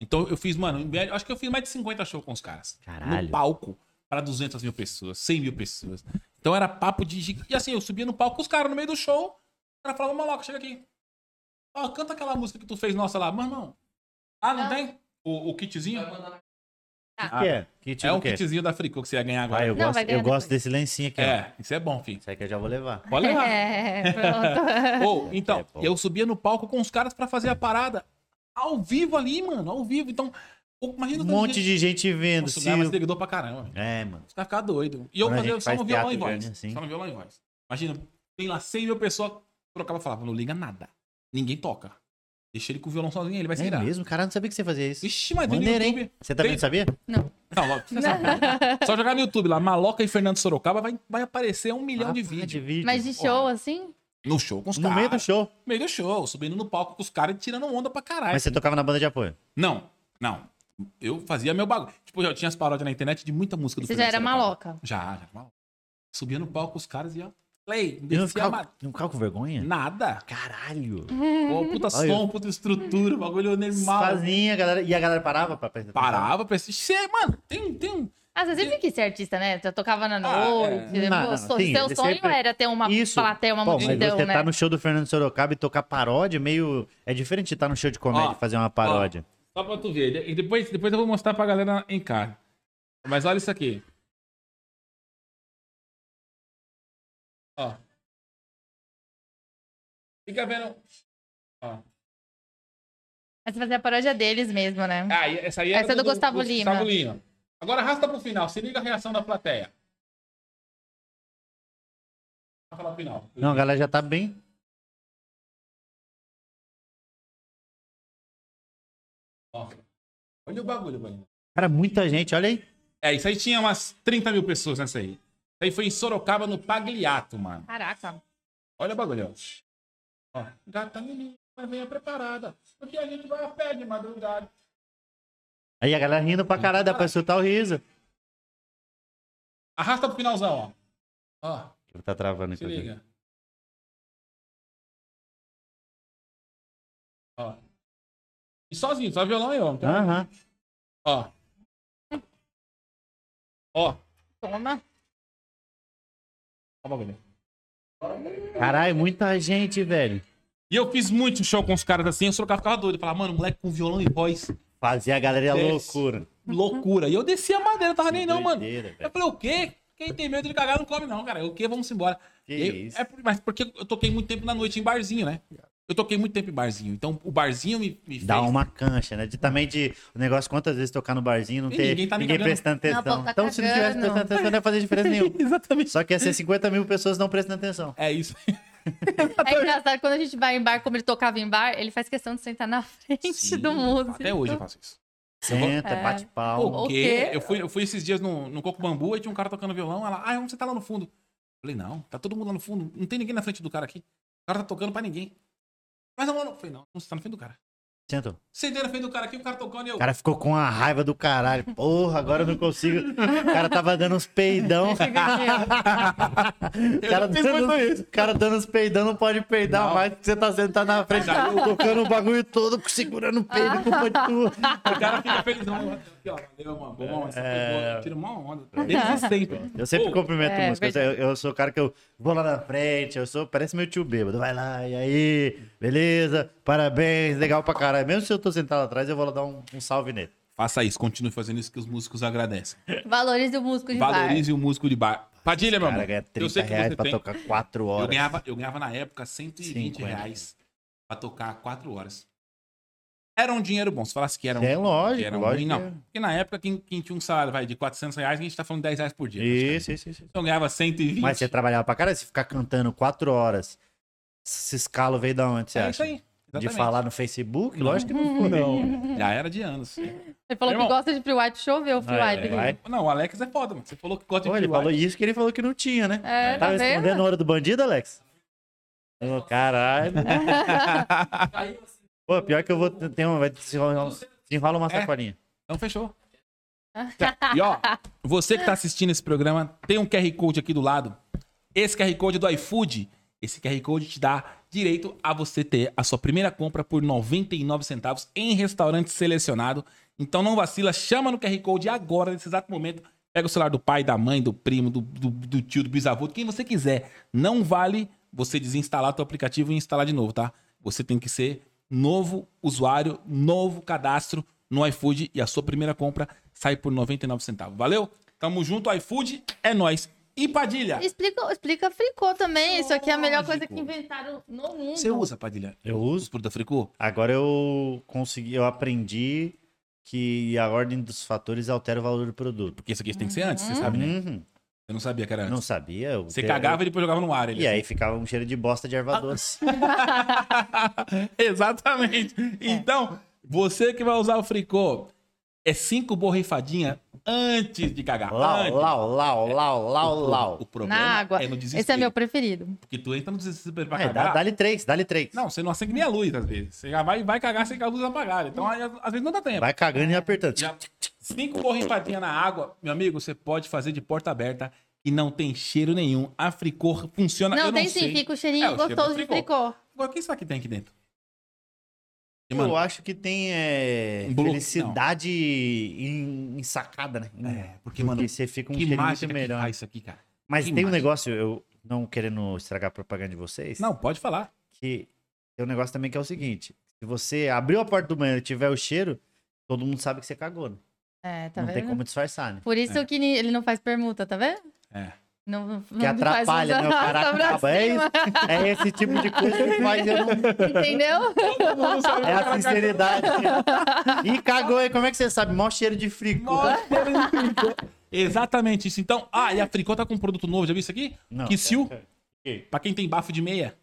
Então eu fiz, mano, em média- acho que eu fiz mais de 50 shows com os caras. Caralho. No palco, para 200 mil pessoas, 100 mil pessoas. Então era papo de. gig- E assim, eu subia no palco com os caras no meio do show, o cara falava, maloca, chega aqui. Ó, canta aquela música que tu fez nossa lá. Mano, não. Ah, não, Não. tem? O, o kitzinho? O que é? Que tipo É um o quê? kitzinho da Fricô que você ia ganhar Ah, agora. eu Não, gosto, vai ganhar eu gosto depois. desse lencinho aqui, ó. É, isso é bom, filho. Isso aqui eu já vou levar. Pode levar. É, pronto. Ou, É, então, é bom. eu subia no palco com os caras pra fazer a parada ao vivo ali, mano, ao vivo. Então, pô, imagina Um monte de gente vendo. Nossa, o Se... Gama se degradou pra caramba. velho. É, mano. Os caras ficaram doidos. E eu Quando a fazia gente só no faz violão e teatro voz. grande assim. Só no violão e voz. Imagina, tem lá 100 mil pessoas, trocava e falava, não liga nada. Ninguém toca. Deixa ele com o violão sozinho, ele vai se É virar. mesmo? Caralho, não sabia que você fazia isso. Ixi, mas vem no Maneiro, YouTube. hein? Você também Tem- um não sabia? Não, logo, você sabe. né? Só jogar no YouTube lá, Maloca e Fernando Sorocaba, vai, vai aparecer um milhão de Ah, pá, vídeos. Mas de show, assim? No show com os No caras. meio do show. No meio do show, subindo no palco com os caras e tirando onda pra caralho. Mas você tocava na banda de apoio. Não, não. Eu fazia meu bagulho. Tipo, eu já tinha as paródias na internet de muita música do Você já Fernando era Sorocaba. maloca. Já, já era maloca. Subia no palco com os caras e ó. Play, E não descia ficava, ma- não ficava com vergonha? Nada. Caralho. Uhum. Pô, puta Ai, som, puta estrutura, bagulho animal. Fazia, a galera, e a galera parava pra prestar atenção? Parava pra assistir. Mano, tem, tem um. Ah, você sempre quis ser artista, né? Você tocava na Ah, noite. é. né? Não, Pô, não, so- sim, seu eu sonho sempre- era ter uma Isso. plateia, uma Bom, mas multidão, você né? tá no show do Fernando Sorocaba e tocar paródia meio... É diferente de estar no show de comédia Ó, e fazer uma paródia. Só pra tu ver. E depois, depois eu vou mostrar pra galera em casa. Mas olha isso aqui. Ó. Fica vendo. Ó. Mas você fazia a paródia deles mesmo, né? Ah, e essa aí Essa é do Gustavo Lima. Gustavo Lima. Agora arrasta pro final. Se liga a reação da plateia. Vai falar pro final. Não, a galera já tá bem... Ó. Olha o bagulho, mano. Cara, muita gente, olha aí. É, isso aí tinha umas 30 mil pessoas nessa aí. Isso aí foi em Sorocaba, no Pagliato, mano. Caraca. Olha o bagulho, ó. ó. Gata menina, mas venha preparada, porque a gente vai a pé de madrugada. Aí a galera rindo pra caralho, dá pra escutar o riso. Arrasta pro finalzão, ó. Ó, Tá travando se aqui. liga. Ó. E sozinho, só violão e eu. Tá? Aham. Ó. Ó, ó Toma. o bagulho. Caralho, muita gente, velho. E eu fiz muito show com os caras assim, eu só ficava doido. Falava, mano, moleque com violão e voz, Fazia a galera Desce. loucura. Uhum. loucura. E eu descia a madeira, tava nem não, mano. Doideira, velho. Eu falei, o quê? Quem tem medo de cagar não come, não, cara. O quê? Vamos embora. Que E aí, isso. é por- mas porque eu toquei muito tempo na noite em barzinho, né? Eu toquei muito tempo em barzinho, então o barzinho me, me Dá fez. uma cancha, né? De, também de o negócio quantas vezes tocar no barzinho não ter E ninguém ninguém, tá nem cagando. prestando Não, o atenção. povo tá então, se não tivesse cagando. prestando atenção, não ia fazer diferença nenhuma. Exatamente. Só que ia ser 50 mil pessoas não prestando atenção. É isso. É engraçado, quando a gente vai em bar, como ele tocava em bar, ele faz questão de sentar na frente Sim, do músico. Até hoje eu faço isso. Senta, É. bate pau. O O quê? quê? Eu fui, eu fui esses dias no, no Coco Bambu e tinha um cara tocando violão. Ela, ah, onde você tá lá no fundo? Eu falei, não, tá todo mundo lá no fundo. Não tem ninguém na frente do cara aqui. O cara tá tocando pra ninguém. Mas eu não. eu Falei, não, você tá na frente do cara. Sentou. Sentei na frente do cara aqui, o cara tocando e eu. O cara ficou com a raiva do caralho. Porra, agora eu não consigo. O cara tava dando uns peidão. O cara, fiz muito dando, o cara dando uns peidão, não pode peidar Não. mais, porque você tá sentado na frente, tocando o bagulho todo, segurando o peido, culpa tua. O cara fica felizão. Aqui, ó, valeu, mano. Bom, É. essa foi boa. Eu tiro uma onda. Desde sempre. Eu sempre Ô, cumprimento É, o músico. Eu, eu sou o cara que eu vou lá na frente, eu sou, parece meu tio bêbado. Vai lá, e aí, beleza, parabéns, legal pra caralho. Mesmo se eu tô sentado lá atrás, eu vou lá dar um, um salve nele. Faça isso, continue fazendo isso que os músicos agradecem. Valorize o músico de Valorize o músico de bar. Padilha, meu O cara é amor. ganha Eu 30 sei que reais você pra tem. tocar 4 Eu horas. ganhava, eu ganhava na época 120 50. reais pra tocar 4 horas. Era um dinheiro bom, se falasse que era um É lógico, que era um lógico ruim, que não. é. Porque na época, quem, quem tinha um salário vai, de 400 reais, a gente tá falando 10 reais por dia. praticamente. Isso, isso, isso. Então eu ganhava 120. Mas você tá- trabalhava pra caralho, se ficar cantando 4 horas, esse escalo veio da onde, você é isso acha? aí. de Exatamente. falar no Facebook? Não. Lógico que não foi. Não, já era de anos. Ele falou Irmão. que gosta de free white, choveu free Ah, é, white. vai. Não, o Alex é foda, mano. Você falou que gosta Pô, de ele pilar. falou isso que ele falou que não tinha, né? É, tá Tava vendo? escondendo a hora do bandido, Alex? Ô, caralho. Pô, pior que eu vou. Tem uma, vai desenrolar, desenrola uma É. sacolinha. Então fechou. E ó, você que tá assistindo esse programa, tem um QR Code aqui do lado. Esse QR Code é do iFood. Esse QR Code te dá direito a você ter a sua primeira compra por 99 centavos em restaurante selecionado. Então não vacila, chama no QR Code agora, nesse exato momento. Pega o celular do pai, da mãe, do primo, do, do- do tio, do bisavô, de quem você quiser. Não vale você desinstalar teu aplicativo e instalar de novo, tá? Você tem que ser novo usuário, novo cadastro no iFood e a sua primeira compra sai por 99 centavos. Valeu? Tamo junto, iFood, é nóis. E Padilha? Explica, explica fricô também. Isso aqui é a melhor coisa que Lógico. inventaram no mundo. Você usa, Padilha? Eu uso. Os produtos fricô? Agora eu consegui, eu aprendi que a ordem dos fatores altera o valor do produto. Porque isso aqui tem que ser antes, você sabe, né? Uhum. Eu não sabia que era Não antes. sabia. eu- Você cagava e depois jogava no ar. Ele. né? Ah. E aí ficava um cheiro de bosta de erva doce. Exatamente. É. Então, você que vai usar o fricô, é cinco borrifadinhas antes de cagar. Lau, antes. lau, lau, lau, lau, O- O, lau. problema Na água. é no desespero. Esse é meu preferido. Porque tu entra no desespero pra É, cagar. dá- Dá-lhe três, dá-lhe três. Não, você não acende nem a luz, às vezes. Você já vai, vai cagar sem que a luz apagada. Então, aí, às vezes não dá tempo. Vai cagando e apertando. é, Já- cinco borrifadinhas na água, meu amigo, você pode fazer de porta aberta e não tem cheiro nenhum. A fricor funciona. Não, eu tem não sim, sei. fica o É, cheirinho o cheiro gostoso do de fricô. fricô. Agora, o que será que tem aqui dentro? E, mano, Tipo, Eu acho que tem é, Um bloco- felicidade em, em sacada, né? É, porque, mano, Porque você fica um que cheirinho mágica que melhor. faz isso aqui, cara? Mas que tem um mágica. negócio, eu não querendo estragar a propaganda de vocês, Não, pode falar. que tem um negócio também que é o seguinte: se você abriu a porta do banheiro e tiver o cheiro, todo mundo sabe que você cagou, né? É, tá não vendo? tem como disfarçar, né? Por isso que ni- ele não faz permuta, tá vendo? É. Não, não Que não faz atrapalha, usar né? O raça cara pra acaba. É, cima, isso- é esse tipo de coisa que faz eu não. Entendeu? É a assim, sinceridade. Ih, cagou aí, como é que você sabe? Mó cheiro de frico. Nossa, cheiro de fricô. Exatamente isso. Então, ah, e a Fricô tá com um produto novo, já viu isso aqui? Não, é, que sil, Que pra quem tem bafo de meia,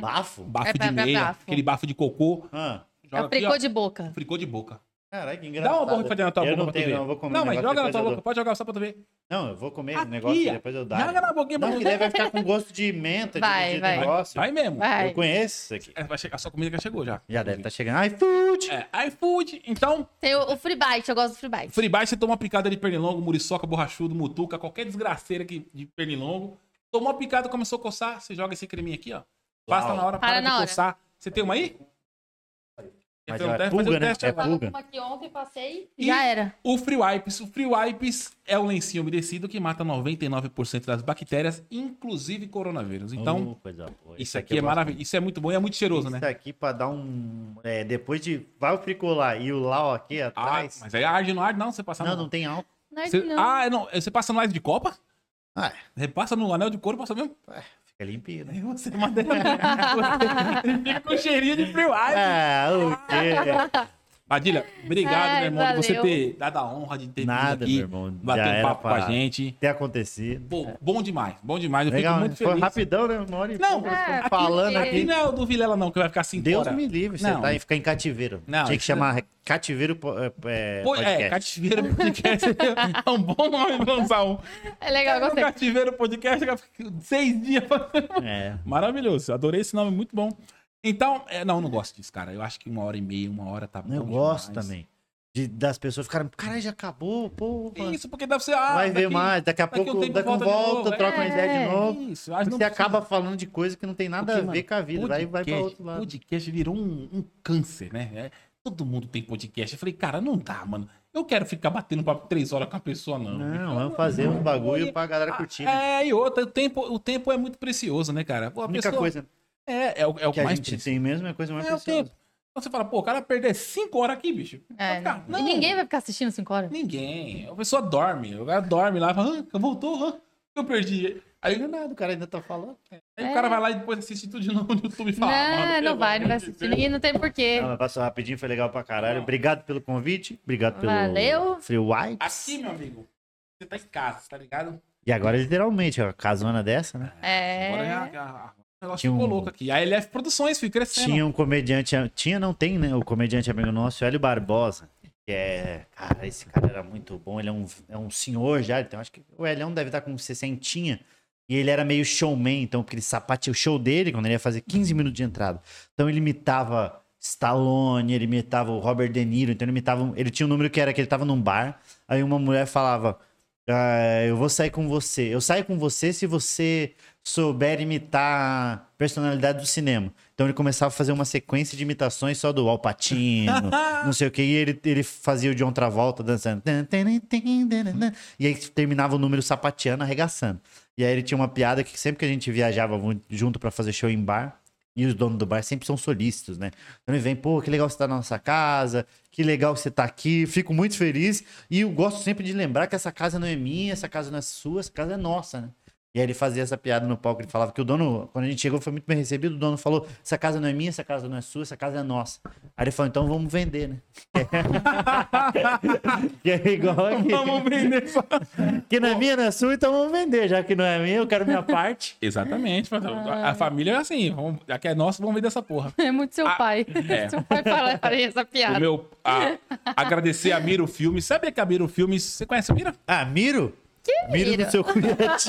bafo? bafo É pra- de pra meia, bafo. aquele bafo de cocô, Ah, É o joga fricô aqui, de boca. ó, fricô de boca. Caralho, que Dá engraçado. uma borrifadinha na tua eu boca não pra tu tenho, ver. não, eu vou comer um Não, mas negócio joga na depois tua eu boca, dou. pode jogar só pra tu ver. Não, eu vou comer Aqui, um negócio ó. e depois eu dar. Joga na boquinha pra Não, tu que ver. daí vai ficar com gosto de menta, Vai, de, de vai. negócio. Vai mesmo. Vai. Eu conheço isso aqui. É, vai chegar- a sua comida já chegou já. Já deve tá estar chegando. Ai, food! É, iFood. Então, Tem o, o free bite, eu gosto do free bite. free bite, você toma uma picada de pernilongo, muriçoca, borrachudo, mutuca, qualquer desgraceira que, de pernilongo. Tomou uma picada, começou a coçar, você joga esse creminho aqui, ó. Passa Uau. na hora, Para para na de hora. coçar. Você tem uma aí? Quer Mas fazer um é teste? pulga, Fazer um né? teste É agora. Tava Fuga. com uma aqui ontem, passei E- e já era. O Free Wipes. O Free Wipes é um lencinho umedecido que mata 99% das bactérias, inclusive coronavírus. Então, Oh, coisa boa. isso aqui é eu gosto maravilhoso. Isso é muito bom e é muito muito. cheiroso, Isso né? aqui pra dar um. é, depois de. Vai o fricolar e o lau aqui Ah, atrás. mas aí arde não arde, não. Você passa Não, no... não tem álcool. Não é Você... que não. Ah, não. Você passa no live de Copa? Ah, Você passa no anel de couro, passa mesmo? É limpinho, né? Você manda ele. Você- ele fica com cheirinho de free wine. Ah, o quê? Padilha, obrigado, Ai, meu irmão, de você valeu. ter dado a honra de ter vindo Nada, aqui, meu irmão. bater Já um era papo com pra- a gente. Ter acontecido. Pô, bom demais, bom demais. Eu Legal, fico né? muito Foi feliz. rapidão, né? Uma hora e Não, pouco. É, falando porque- E aqui. não é o do Vilela, não, que vai ficar assim Deus fora. me livre, Não. você tá aí ficar em cativeiro. Não, Tinha que isso- chamar cativeiro po- é, é, Pô, é, podcast. Cativeiro Podcast é um bom nome pra lançar um. É legal, gostei. Cativeiro Podcast, seis dias pra É. Maravilhoso, adorei esse nome, muito bom. Então, é, não, eu não gosto disso, cara. Eu acho que uma hora e meia, uma hora tá bom. Eu gosto demais. também. de- das pessoas ficarem, caralho, já acabou, pô. É Isso, porque deve ser. Ah, vai ver daqui- mais, daqui a daqui um pouco tempo daqui volta, volta de novo, volta é. troca uma ideia de novo. Isso, acho Você que não precisa. acaba falando de coisa que não tem nada Porque, a ver mano, com a vida. Vai, vai pra podcast- outro lado. Podcast virou um, um câncer, né? É, todo mundo tem podcast. Eu falei, cara, não dá, mano. Eu quero ficar batendo papo três horas com a pessoa, não. Não, vamos fazer um bagulho pra galera curtir. né? É, e outra, o tempo, o tempo é muito precioso, né, cara? Pô, a A única pessoa- coisa É, é, o- é o que a mais gente precioso. tem mesmo é a coisa mais É o tempo. preciosa. Então você fala, pô, o cara perder cinco horas aqui, bicho. É, Vai ficar- E não. ninguém vai ficar assistindo 5 horas. Ninguém. A pessoa dorme. O cara dorme lá e fala, ah, voltou, ah, eu perdi. Aí, Não é nada, o cara ainda tá falando. aí É. o cara vai lá e depois assiste tudo de novo no YouTube e fala. ah, mano, não, pelo não vai, não amor vai de assistir. Deus. E não tem porquê. Não, mas passou rapidinho, foi legal pra caralho. Obrigado pelo convite, obrigado pelo Valeu. Free White. Aqui, meu amigo, você tá em casa, tá ligado? E agora, literalmente, ó, casona dessa, né? Agora é a, É. a- a- o negócio Tinha ficou um- louco aqui. A LF Produções foi crescendo. Tinha um comediante, tinha, não tem, né? O comediante amigo nosso, Hélio Barbosa. Que é, cara, esse cara era muito bom. Ele é um, é um senhor já, então acho que o Hélio deve estar com 60. E ele era meio showman, então, porque ele sapateia o show dele, quando ele ia fazer 15 minutos de entrada. Então ele imitava Stallone, ele imitava o Robert De Niro, então ele imitava. Ele tinha um número que era que ele tava num bar, aí uma mulher falava: "Ah, Eu vou sair com você. Eu saio com você se você souber imitar a personalidade do cinema. Então ele começava a fazer uma sequência de imitações só do Al Pacino, não sei o que, e ele, ele fazia o John Travolta dançando. E aí terminava o número sapateando, arregaçando. E aí ele tinha uma piada que sempre que a gente viajava mu- junto pra fazer show em bar, e os donos do bar sempre são solícitos, né? Então ele vem, pô, que legal você tá na nossa casa, que legal que você tá aqui, fico muito feliz. E eu gosto sempre de lembrar que essa casa não é minha, essa casa não é sua, essa casa é nossa, né? E aí ele fazia essa piada no palco, ele falava que o dono, quando a gente chegou, foi muito bem recebido, o dono falou, essa casa não é minha, essa casa não é sua, essa casa é nossa. Aí ele falou, então vamos vender, né? e é igual aqui. Vamos vender. essa- Que não é minha, não é sua, então vamos vender. Já que não é minha, eu quero minha parte. Exatamente. Ah. A a família é assim, vamos, já que é nosso, vamos vender essa porra. É muito seu pai. é. Seu pai fala- faria essa O piada. meu, a- agradecer a Miro Filmes. Sabia que a Miro Filmes... Você conhece a Mira? Ah, Miro? Que Miro? Miro? do seu Curiati.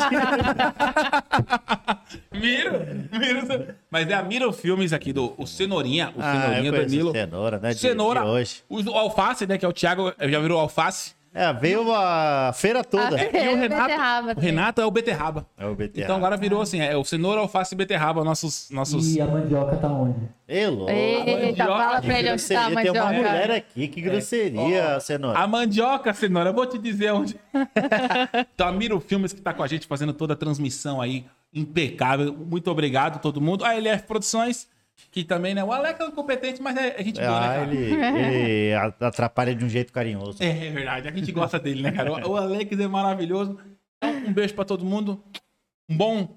Miro? Miro. Mas é a Miro Filmes aqui, do o Cenourinha. O ah, eu Cenourinha, conheço é Danilo. Cenoura, né? de- de Cenoura. hoje. O Alface, né? Que é o Thiago, já virou Alface. É, veio a feira toda. Ah, E o Renato- beterraba O também. Renato é o Beterraba. É o BTA. é? Então agora virou assim, é o cenoura, alface e beterraba, nossos... nossos... E a mandioca tá onde? Ei, louco. Eita, mandioca. fala pra ele onde Grosseria. tá, Tem uma mulher mandioca. aqui, que grosseria, Cenoura. É. A mandioca, cenoura, eu vou te dizer onde. então, a Miro Filmes que tá com a gente fazendo toda a transmissão aí, impecável. Muito obrigado a todo mundo. A LF Produções, que também, né? O Alex é um competente, mas é, a gente boa, né, Ah, cara? ele, ele atrapalha de um jeito carinhoso. É, é verdade, a gente gosta dele, né, cara? O o Alex é maravilhoso. Então, um beijo pra todo mundo. Um bom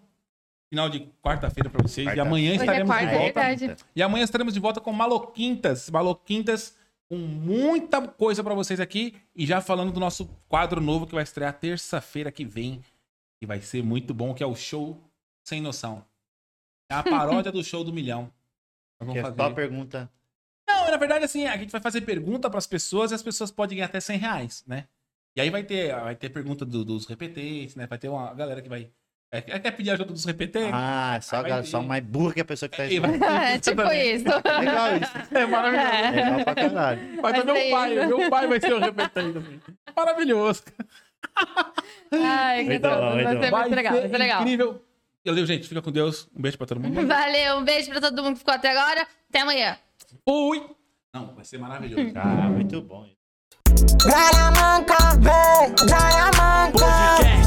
final de quarta-feira pra vocês. E Quarta. amanhã Hoje é estaremos Ah, quarta, de é volta. verdade. E amanhã estaremos de volta com Maloquintas. Maloquintas com muita coisa pra vocês aqui. E já falando do nosso quadro novo que vai estrear terça-feira que vem. E vai ser muito bom, que é o show sem noção. É a paródia do show do milhão. Nós Que vamos é só fazer. pergunta. Não, na verdade, assim, a gente vai fazer pergunta pras pessoas e as pessoas podem ganhar até 100 reais, né? E aí vai ter, vai ter pergunta do- dos repetentes, né? Vai ter uma galera que vai. é, Quer pedir ajuda dos repetentes? Ah, só, Aí vai a- só ter. mais burra que a pessoa que tá E vai- É tipo isso. Legal isso. É maravilhoso. É. Legal pra caralho. Vai ter Vai ser meu um pai, isso. meu pai vai ser o repetente. também. Maravilhoso. Ai, que Muito Então, droga. bom, muito Vai ser bom. muito legal, muito legal. incrível. Eu leio, gente. Fica com Deus. Um beijo pra todo mundo. Valeu, um beijo pra todo mundo que ficou até agora. Até amanhã. Fui! Não, vai ser maravilhoso. Ah, muito bom. Diamante, Diamante.